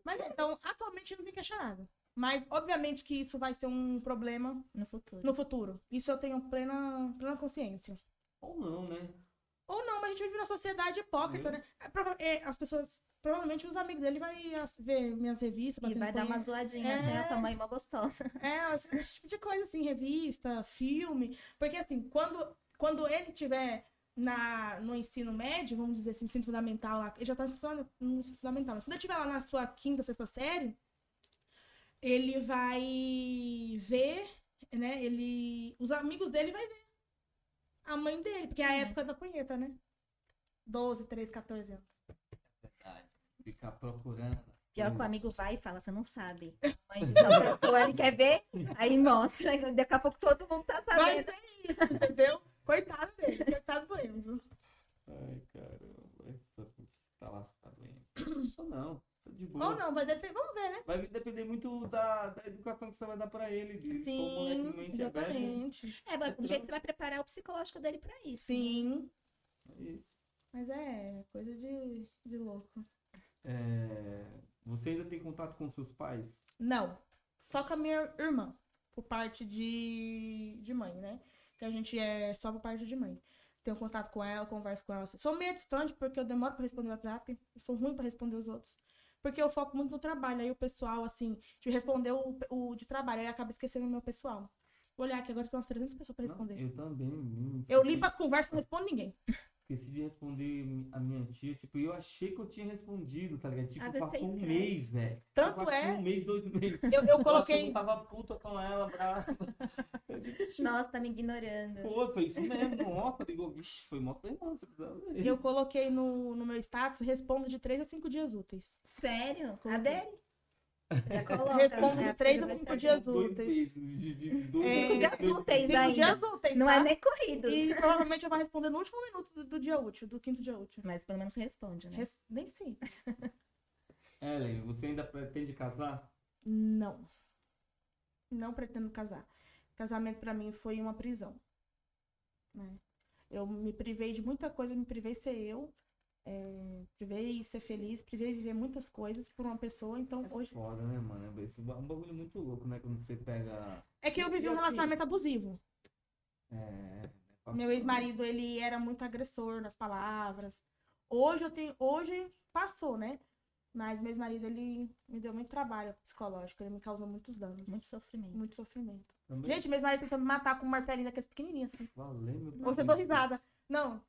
E: Mas então, atualmente não tem que achar nada. Mas, obviamente, que isso vai ser um problema
D: No futuro.
E: no futuro. Isso eu tenho plena, plena consciência.
B: Ou não, né?
E: Ou não, mas a gente vive numa sociedade hipócrita,
D: Uhum.
B: Eu?
E: né? É, prova- é, As pessoas. Provavelmente os amigos dele vão ver minhas revistas,
D: E
E: batendo
D: vai dar uma
E: punheta.
D: zoadinha,
E: É.
D: né? Essa mãe mó gostosa.
E: É, esse tipo de coisa, assim, revista, filme. Porque, assim, quando, quando ele tiver na, no ensino médio, vamos dizer assim, ensino fundamental lá, ele já tá no ensino funda- no ensino fundamental, mas quando ele tiver lá na sua quinta, sexta série, ele vai ver, né, ele... Os amigos dele vai ver. A mãe dele, porque é a época da punheta, né? 12, 13, 14 anos.
B: Verdade. Ficar procurando.
D: Pior que o amigo vai e fala, você não sabe. A mãe de tal pessoa, ele quer ver, aí mostra. Daqui a pouco todo mundo tá
E: Mas
D: sabendo.
E: é isso, entendeu? Coitado dele, coitado do Enzo.
B: Ai, caramba. Essa Tá lascado hein? Ou não. Tá de boa.
E: Ou não, vai depender, vamos ver, né?
B: Vai depender muito da, da educação que você vai dar pra ele. De como é que o
E: Sim,
B: mente é aberta.
E: exatamente.
D: É, mas do jeito que você vai preparar o psicológico dele pra isso.
E: Sim.
B: É isso.
E: Mas é coisa de, de louco.
B: É, Você ainda tem contato com seus pais?
E: Não. Só com a minha irmã. Por parte de, de mãe, né? Que a gente é só por parte de mãe. Tenho contato com ela, converso com ela. Sou meio distante porque eu demoro pra responder o WhatsApp. Eu sou ruim pra responder os outros. Porque eu foco muito no trabalho. Aí o pessoal, assim, de responder o, o de trabalho. Aí acaba esquecendo o meu pessoal. Vou olhar aqui agora tem umas 300 pessoas pra
B: Não,
E: responder.
B: eu também. menino.
E: eu limpo as conversas e não respondo ninguém.
B: Esqueci de responder a minha tia. Tipo, eu achei que eu tinha respondido, tá ligado? Tipo,
D: Às vezes
B: passou
D: você
B: um
D: esquece.
B: mês, velho.
E: né? Tanto
B: Passou
E: é,
B: Um mês, dois meses.
E: eu, eu
B: Eu
E: coloquei.
B: não tava puta com ela, brava.
D: Nossa, tá me ignorando.
B: Pô, foi isso mesmo. Nossa, ligou. Vixe, foi mó sermão, você precisava ver.
E: Eu coloquei no, no meu status, respondo de 3 a 5 dias úteis.
D: Sério?
E: Coloquei.
D: Adere? Já coloca.
E: Respondo
D: né?
E: de é? três
D: Você
E: a
D: vai
E: cinco
D: saber.
E: dias
B: Dois
E: úteis.
B: meses, de- de- dois-
E: assim
B: dois-
E: É,
D: cinco dias
B: dois-
D: úteis,
E: 5
D: ainda.
E: dias úteis,
D: Não
E: tá?
D: é nem corrido.
E: E provavelmente eu vou responder no último minuto do, do dia útil, do quinto dia útil.
D: Mas pelo menos responde, né?
E: Res- Nem sei.
B: Ellen, você ainda pretende casar?
E: Não. Não pretendo casar. Casamento pra mim foi uma prisão. né? Eu me privei de muita coisa, me privei ser eu, é, privei ser feliz, privei viver muitas coisas por uma pessoa, então
D: É
E: hoje.
B: Foda, né, mano? Esse ba- é um bagulho muito louco, né? Quando você pega.
E: É que eu vivi um relacionamento abusivo.
B: É,
E: Meu ex-marido, ele era muito agressor nas palavras. Hoje eu tenho, hoje passou, né? Mas meu ex-marido, ele me deu muito trabalho psicológico, ele me causou muitos danos,
D: Muito sofrimento.
E: muito sofrimento.
B: Também
E: Gente, meu ex-marido tentou me matar com um martelinho daqueles pequenininhos assim.
B: valeu, meu
E: Hoje eu dou risada. Não,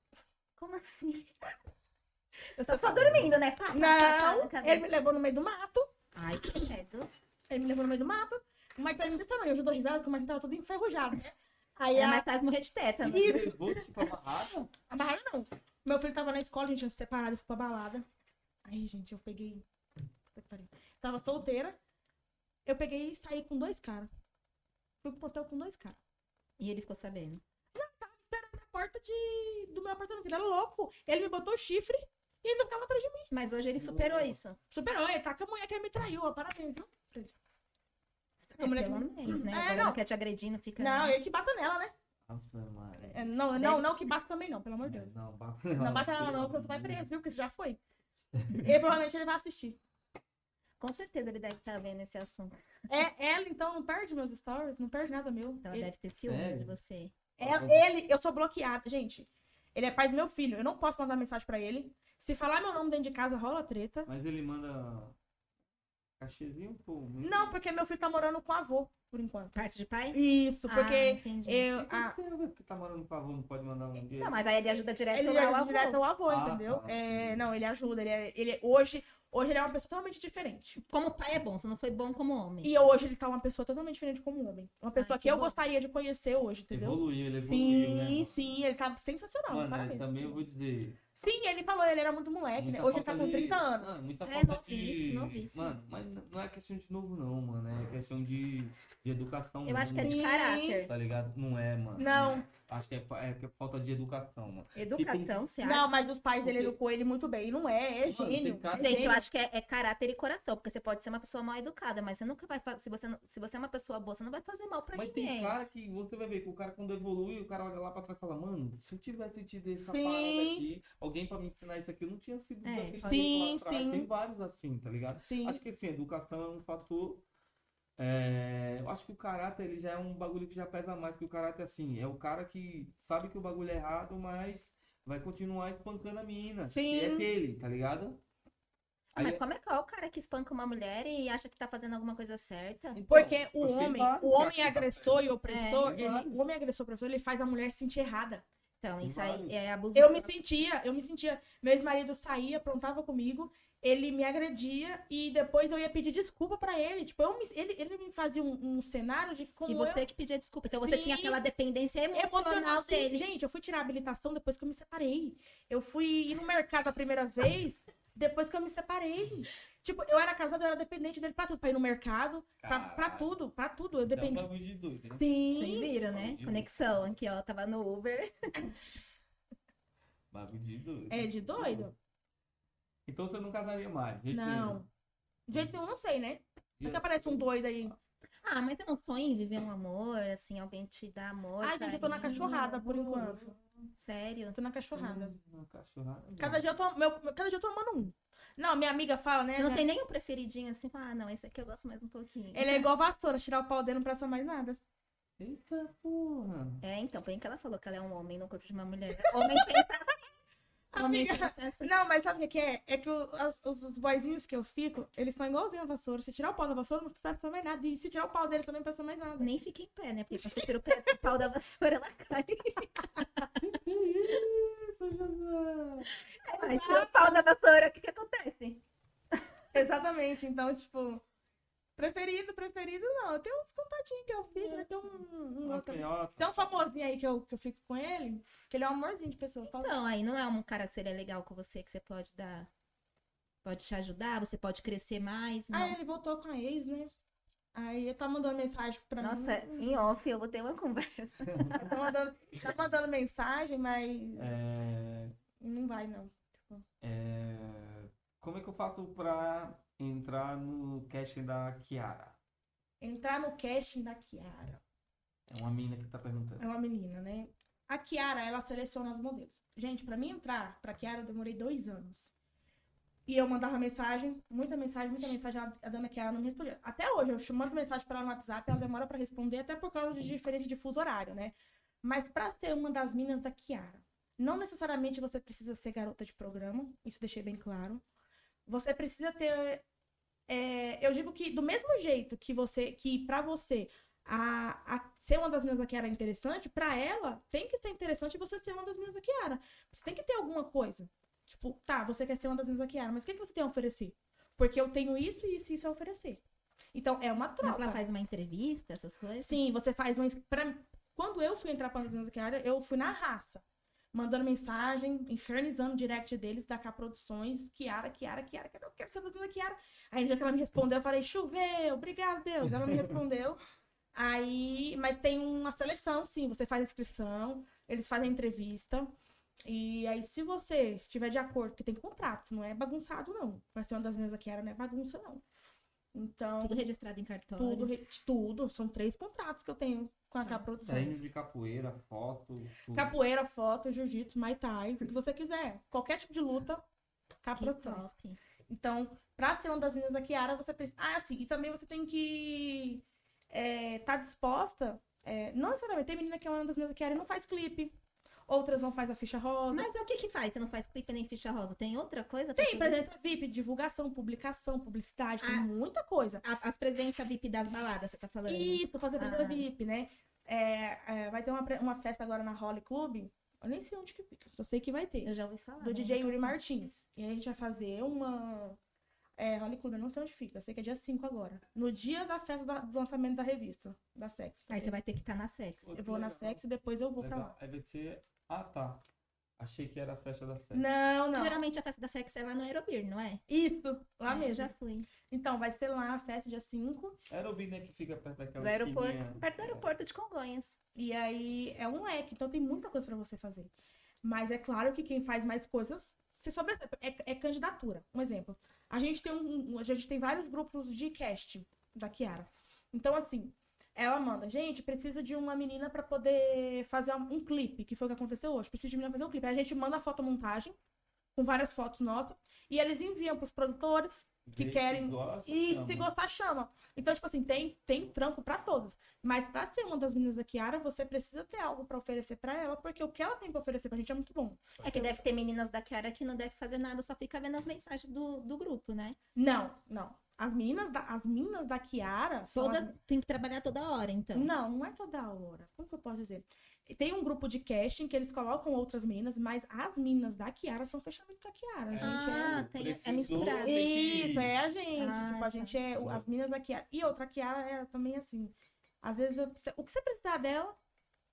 D: Como assim? Eu só tô dormindo, né? Pá, pá, pá, pá,
E: tá não,
D: na cabeça.
E: ele me levou no meio do mato,
D: Ai, que medo.
E: ele me levou no meio do mato, um martelinho desse tamanho. Hoje eu dou risada porque o martelinho tava todo enferrujado. Aí
D: É,
E: a,
D: mas faz morrer de teta. né?
B: Você levou, tipo, amarrada?
E: a barrada não. Meu filho tava na escola, a gente tinha se separado, eu fui pra balada. Aí, gente, eu peguei. Puta que pariu. Tava solteira. Eu peguei e saí com dois caras. Fui pro portão com dois caras.
D: E ele ficou sabendo.
E: Na porta de... do meu apartamento. Ele era louco. Ele me botou o chifre e ainda ficava atrás de mim.
D: Mas hoje ele superou isso.
E: Superou, ele tá com a mulher que me traiu. ó. Parabéns, viu? pra ele. Tá com a mulher que
D: Pelo
E: me-
D: menos, né?
E: É,
D: Agora
E: não.
D: não quer te agredir, não fica.
E: Não, ele que bata nela, né?
B: Nossa, mano.
E: É, Não, não, não que bata também não, pelo amor de Deus.
B: Não, é bata
E: Não bata nela não, porque você vai
B: é.
E: preso, viu? Porque você já foi. E provavelmente ele vai assistir.
D: Com certeza ele deve estar vendo esse assunto.
E: É, ela então não perde meus stories, não perde nada meu.
D: Então ela
E: Ele,
D: deve ter ciúmes
B: Sério?
D: de você.
B: Uhum.
E: ela- ele- eu sou bloqueada, gente. Ele é pai do meu filho, eu não posso mandar mensagem pra ele. Se falar meu nome dentro de casa, rola treta.
B: Mas ele manda Cachezinho, pô. muito-
E: Não, porque meu filho tá morando com o avô, por enquanto.
D: Parte de pai?
E: Isso,
D: Ah,
E: porque
D: entendi.
E: eu.
B: Por que
E: a-
B: você que tá morando com a avó não pode mandar um dia?
D: Não, mas aí ele ajuda direto
E: ele
D: lá É o
E: ajuda
D: avô.
E: direto ao avô,
B: Ah,
E: entendeu?
B: tá.
E: É, não, ele ajuda. Ele, é- ele é- hoje, hoje ele é uma pessoa totalmente diferente.
D: Como pai é bom, você não foi bom como homem.
E: E hoje ele tá uma pessoa totalmente diferente como um homem. Uma pessoa
D: Ai,
E: que,
D: que
E: eu
D: bom.
E: gostaria de conhecer hoje, entendeu?
B: Evoluiu, ele evoluiu,
E: Sim,
B: né?
E: sim, ele tá sensacional,
B: Mano,
E: parabéns.
B: mas também eu vou dizer.
E: Sim, ele falou, ele era muito moleque, né?
B: muita
E: Hoje ele tá
B: falta
E: com
B: de-
E: 30 anos.
B: Ah, muita
D: É,
B: falta de...
D: novíssimo, novíssimo.
B: Mano, mas não é questão de novo, não, mano. É questão de, de educação.
D: Eu acho que é
B: mesmo,
D: de
E: Sim.
D: caráter.
B: Tá ligado? Não é, mano.
E: Não,
B: Acho que é, fa- é que é falta de educação, mano.
D: Educação, você acha?
E: não, mas os pais dele
B: Porque-
E: educou ele muito bem. Não é, é
B: Mano, tem
E: gênio.
B: cara-
E: é
D: Gente, eu
E: gênio.
D: acho que é, é caráter e coração, porque você pode ser uma pessoa mal educada, mas você nunca vai fazer. Se você, não- se você é uma pessoa boa, você não vai fazer mal pra é?
B: Mas tem
D: ninguém.
B: cara que você vai ver que o cara quando evolui, o cara olha lá pra trás e fala, mano, se eu tivesse tido essa
E: Sim.
B: parada aqui, alguém pra me ensinar isso aqui, eu não tinha sido
D: É,
B: daquele
D: sim,
B: jeito lá atrás.
E: sim.
B: Tem vários assim, tá ligado?
E: Sim.
B: Acho que assim, educação é um fator. é, eu acho que o caráter ele já é um bagulho que já pesa mais, que o caráter assim, é o cara que sabe que o bagulho é errado, mas vai continuar espancando a menina. que é
E: Sim.
B: dele, tá ligado? Aí
D: Mas
B: é-
D: como é que é o cara que espanca uma mulher e acha que tá fazendo alguma coisa certa?
B: então,
E: Porque o
B: porque
E: homem,
B: vai,
E: o
B: eu acho
E: homem
B: que tá
E: agressor e opressor,
B: É,
E: ele,
B: exato.
E: o homem agressor e opressor, ele faz a mulher se sentir errada.
D: Então,
B: Tem
D: isso aí
B: vários.
D: é abuso.
E: Eu me sentia, eu me sentia. Meu ex-marido saía, aprontava comigo, ele me agredia e depois eu ia pedir desculpa pra ele. Tipo, eu me- ele, ele me fazia um, um cenário de como
D: E
E: eu
D: você que pedia desculpa. Então você
E: Sim.
D: tinha aquela dependência
E: emocional
D: emocional
E: sim.
D: dele.
E: assim, Gente, eu fui tirar a habilitação depois que eu me separei. Eu fui ir no mercado a primeira vez depois que eu me separei. Tipo, eu era casada, eu era dependente dele pra tudo. Pra ir no mercado, tá pra, pra
B: Caralho.
E: tudo, pra tudo. Eu
B: Isso É um
E: dependi.
B: bagulho de doido, né?
D: Vocês
E: Sim.
D: viram, né?
B: Entendi.
D: Conexão aqui, ó. Tava no Uber.
B: Bagulho de doido.
E: É de doido?
B: Então você não casaria mais? de jeito nenhum.
E: Não. De jeito nenhum, não sei, né? Até aparece um doido aí.
D: Ah, mas é um sonho viver um amor, assim, alguém te dá amor.
E: Ai, gente, eu tô na
D: carinho.
E: cachorrada por enquanto.
D: Sério?
E: Eu tô na cachorrada.
B: Uma cachorrada.
E: Cada dia eu tô, meu, meu- cada dia eu tô tomando um. Não, minha amiga fala, né?
D: Você não
E: minha-
D: tem nem um preferidinho assim, fala, ah, não, esse aqui eu gosto mais um pouquinho.
E: Ele é igual vassoura, tirar o pau dele não presta mais nada.
B: Eita porra.
D: É, então, bem que ela falou que ela é um homem no corpo de uma mulher. Homem pensa assim. Homem
E: Amiga,
D: pensa assim.
E: Não, mas sabe o que que é? É que o- as- os, os boyzinhos que eu fico, eles são igualzinhos a vassoura. Se tirar o pau da vassoura, não presta mais nada. E se tirar o pau deles também não presta mais nada.
D: Nem fica em pé, né? Porque se você tira o pé- o pau da vassoura, ela cai.
B: Que isso, José?
D: Aí tira o pau da vassoura, o que que acontece?
E: Exatamente. Então, tipo, preferido, preferido não. Eu tenho uns compadinhos que eu fico, né? Tem um, um
B: Uma
E: outro.
B: filhota.
E: Tem um famosinho aí que eu, que eu fico com ele, que ele é um amorzinho de pessoa. Eu falo,
D: Não, aí não é um cara que seria legal com você, que você pode dar. Pode te ajudar, você pode crescer mais. Não.
E: Aí "Ah, ele voltou com a ex, né? Aí ele tá mandando mensagem pra
D: Nossa, é.
E: mim.
D: em off eu vou ter uma conversa.
E: Tá mandando, tá mandando mensagem, mas
B: É,
E: não vai, não.
B: é, Como é que eu faço pra entrar no cast da Kiara?
E: Entrar no casting da Kiara.
B: É uma menina que tá perguntando.
E: É uma menina, né? A Kiara, ela seleciona as modelos. Gente, pra mim entrar pra Kiara, eu demorei dois anos. E eu mandava mensagem, muita mensagem, muita mensagem. A a dona Kiara não me respondia. Até hoje, eu mando mensagem pra ela no WhatsApp, ela demora pra responder, até por causa de diferente de fuso horário, né? Mas pra ser uma das minas da Kiara, não necessariamente você precisa ser garota de programa, isso deixei bem claro. Você precisa ter. é, eu digo que do mesmo jeito que você, que para você a, a ser uma das minas da Kiara é interessante, pra ela tem que ser interessante você ser uma das minas da Kiara. Você tem que ter alguma coisa. Tipo, tá, você quer ser uma das minas da Kiara, mas o que, que você tem a oferecer? Porque eu tenho isso, isso e isso a oferecer. Então é uma troca.
D: Mas ela faz uma entrevista, essas coisas.
E: Sim, você faz uma. Pra... Quando eu fui entrar pra Música Área, eu fui na raça. Mandando mensagem, infernizando o direct deles, da K Produções, Kiara, Kiara, Kiara, Kiara, eu quero ser da Kiara. Aí, no dia que ela me respondeu, eu falei, choveu, obrigado, Deus. Ela me respondeu. Aí, mas tem uma seleção, sim, você faz a inscrição, eles fazem a entrevista. E aí, se você estiver de acordo, porque tem contratos, não é bagunçado, não. Vai ser uma das minhas da Kiara, não é bagunça, não. Então.
D: Tudo registrado em cartório.
E: Tudo, re- tudo. São três contratos que eu tenho com a
D: Tá.
E: K
B: Treino
E: Produções.
B: de capoeira, foto. tudo.
E: Capoeira, foto, jiu-jitsu, Muay Thai, o que você quiser. Qualquer tipo de luta, K
D: Que
E: Produções.
D: top.
E: Então, pra ser uma das meninas da Kiara, você precisa. Ah, sim, e também você tem que tá é estar disposta. é, não necessariamente, tem menina que é uma das meninas da Kiara e não faz clipe. outras não faz a ficha rosa.
D: Mas é o que que faz? Você não faz clipe nem ficha rosa? Tem outra coisa? pra
E: Tem
D: pegar?
E: presença VIP, divulgação, publicação, publicidade, tem
D: Ah.
E: muita coisa.
D: A- As presenças VIP das baladas, você tá falando?
E: Isso, fazer presença
D: Ah.
E: VIP, né? É, é, vai ter uma, pre- uma festa agora na Holly Club. Eu nem sei onde que fica, só sei que vai ter.
D: Eu já ouvi falar.
E: do
D: né?
E: DJ Yuri Martins. E aí a gente vai fazer uma. É, Holly Club, eu não sei onde fica, eu sei que é dia 5 agora. No dia da festa da- do lançamento da revista, da Sex.
D: Aí você vai ter que estar na sex.
B: Pô,
E: Eu vou na
B: Legal.
E: Sex e depois eu vou pra
B: Legal.
E: lá.
B: Aí vai ser. Ah, tá. Achei que era a festa da série.
E: Não, não.
D: Geralmente a festa da sex é lá no Aerobir, não é?
E: Isso, lá
D: É, eu
E: mesmo.
D: Já fui.
E: Então, vai ser lá a festa dia 5.
B: Era o Big, né, que fica perto daquela
D: Do aeroporto,
B: esquininha. É.
D: perto do aeroporto de Congonhas.
E: E aí é um leque, então tem muita coisa pra você fazer. Mas é claro que quem faz mais coisas. Você sobre... é, é candidatura. Um exemplo. A gente tem um. um- A gente tem vários grupos de casting da Kiara. Então, assim, ela manda, gente, precisa de uma menina pra poder fazer um, um clipe, que foi o que aconteceu hoje. Preciso de menina pra fazer um clipe. Aí a gente manda a fotomontagem, com várias fotos nossas, e eles enviam pros produtores, que
B: Vê
E: querem-
B: gosta,
E: e
B: chama.
E: se gostar, chama. Então, tipo assim, tem, tem trampo pra todas. Mas pra ser uma das meninas da Kiara, você precisa ter algo pra oferecer pra ela, porque o que ela tem pra oferecer pra gente é muito bom.
D: É que deve ter meninas da Kiara que não deve fazer nada, só fica vendo as mensagens do, do grupo, né?
E: Não, não. As meninas da, as meninas da Kiara são
D: Toda,
E: as-
D: Tem que trabalhar toda hora, então.
E: Não, não é toda hora. Como que eu posso dizer? Tem um grupo de casting que eles colocam outras meninas, mas as meninas da Kiara são fechamento com a Kiara,
B: É,
E: gente. É-
D: Ah,
B: tipo,
D: tem- é
B: precisou,
D: misturado.
B: tem que-
E: Isso, é a gente.
D: Ah,
E: tipo,
D: tá.
E: a gente é. o- As minas da Kiara. E outra, a Kiara é também assim. Às vezes, eu- o que você precisar dela,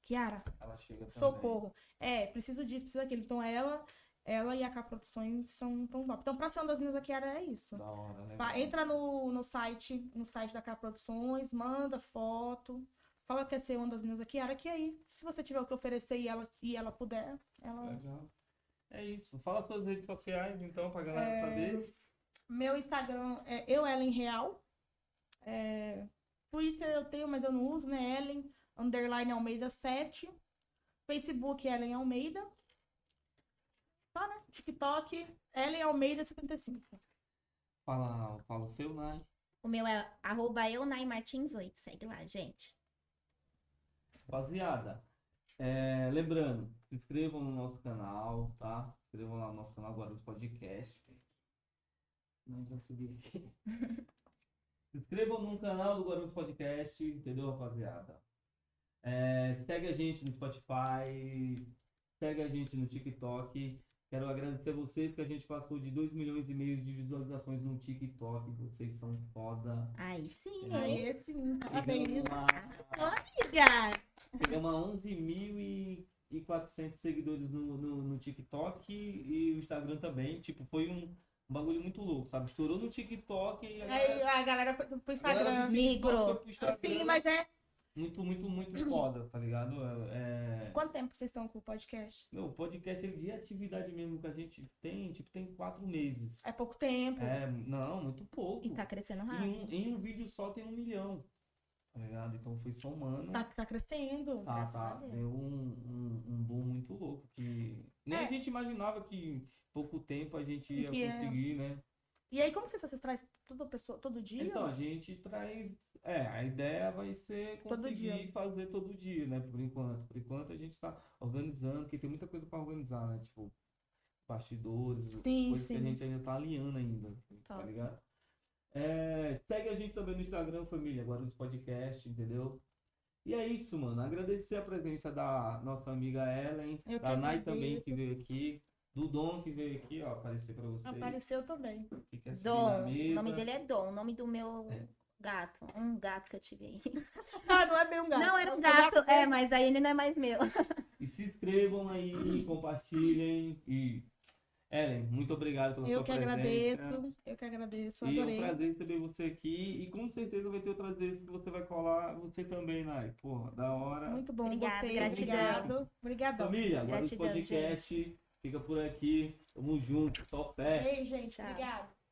E: Kiara,
B: Ela chega também.
E: socorro. É, preciso disso, preciso daquilo. Então, ela, ela e a K Produções são tão top. Então, pra ser uma das minas da Kiara, é isso.
B: Da hora, né?
E: Fa- Entra no, no site, no site da K Produções, manda foto. Fala que quer ser uma das meninas da Kiara, que aí, se você tiver o que oferecer e ela, e ela puder, ela
B: Legal. É isso. Fala suas redes sociais, então, pra galera
D: É.
B: saber.
E: Meu Instagram é eu, Ellen Real. É, Twitter eu tenho, mas eu não uso, né? Ellen, underline Almeida 7. Facebook, Ellen Almeida. Tá, né? TikTok, Ellen Almeida 75.
B: Fala, fala o seu, né? Nai.
D: O meu é arroba eunaimartins8. Segue lá, gente.
B: Rapaziada, é, lembrando, se inscrevam no nosso canal, tá? Se inscrevam lá no nosso canal Guarulhos Podcast. Não vai subir aqui. se inscrevam no canal do Guarulhos Podcast, entendeu, rapaziada? É, segue a gente no Spotify, segue a gente no TikTok. Quero agradecer a vocês que a gente passou de 2 milhões e meio de visualizações no TikTok. Vocês são foda.
D: Aí sim,
E: É
D: hein?
E: esse, parabéns.
B: Chegamos lá.
D: Amiga!
B: Chegamos a 11.400 seguidores no, no, no TikTok e o Instagram também. Tipo, foi um, um bagulho muito louco, sabe? Estourou no TikTok e a
E: Aí
B: galera-
E: a galera foi pro
B: a galera
E: É, Instagram.
B: do TikTok
D: migrou.
B: foi pro Instagram.
E: Sim, mas é.
B: Muito, muito, muito foda, tá ligado? É,
E: Quanto tempo vocês estão com o podcast?
B: meu, o podcast ele de atividade mesmo que a gente tem, tipo, tem quatro meses.
E: É pouco tempo.
B: É, não, muito pouco.
D: E tá crescendo
B: Em,
D: rápido.
B: um, em um vídeo só tem um milhão, tá ligado? Então foi somando.
E: Tá, tá crescendo.
B: Tá,
D: Graças a
B: tá.
D: Deus.
B: Deu um, um, um boom muito louco. Que nem
E: né? É.
B: a gente imaginava que em pouco tempo a gente ia
E: Que é.
B: conseguir, né?
E: E aí, como que vocês, vocês trazem todo, pessoa, todo dia?
B: Então, a gente traz. É, a ideia vai ser conseguir
E: Todo dia.
B: fazer todo dia, né? Por enquanto. Por enquanto a gente tá organizando, porque tem muita coisa pra organizar, né? Tipo, bastidores,
E: sim,
B: coisas que a
E: sim.
B: gente ainda tá alinhando ainda, tá
D: Top.
B: ligado? É, segue a gente também no Instagram, família, agora nos podcast, entendeu? E é isso, mano. Agradecer a presença da nossa amiga Ellen,
E: Eu
B: da
E: que
B: Nay tá também
E: agradeço.
B: que veio aqui, do Dom que veio aqui, ó, aparecer pra vocês.
E: Apareceu também.
B: que quer subir na
D: Dom. O
B: mesa.
D: nome dele é Dom. O nome do meu
B: É.
D: gato. Um gato que eu tive aí.
E: Ah, não é bem um gato.
D: Não, era
E: É
D: um gato.
E: mesmo.
D: É, mas aí ele não é mais meu.
B: E se inscrevam aí, compartilhem e Ellen, muito obrigado pela
E: Eu
B: sua
E: que
B: presença.
E: agradeço, eu que agradeço,
B: E é um
E: adorei.
B: prazer receber você aqui. E com certeza vai ter outras vezes que você vai colar você também, Nai. Porra, da hora.
E: Muito bom,
D: Obrigada,
E: gostei.
D: gratidão.
E: Obrigado. Obrigadão.
B: Família, agora o
D: Gratidão,
B: podcast fica por aqui. Tamo junto, só fé.
E: Ei, gente,
D: Tchau.
E: obrigado.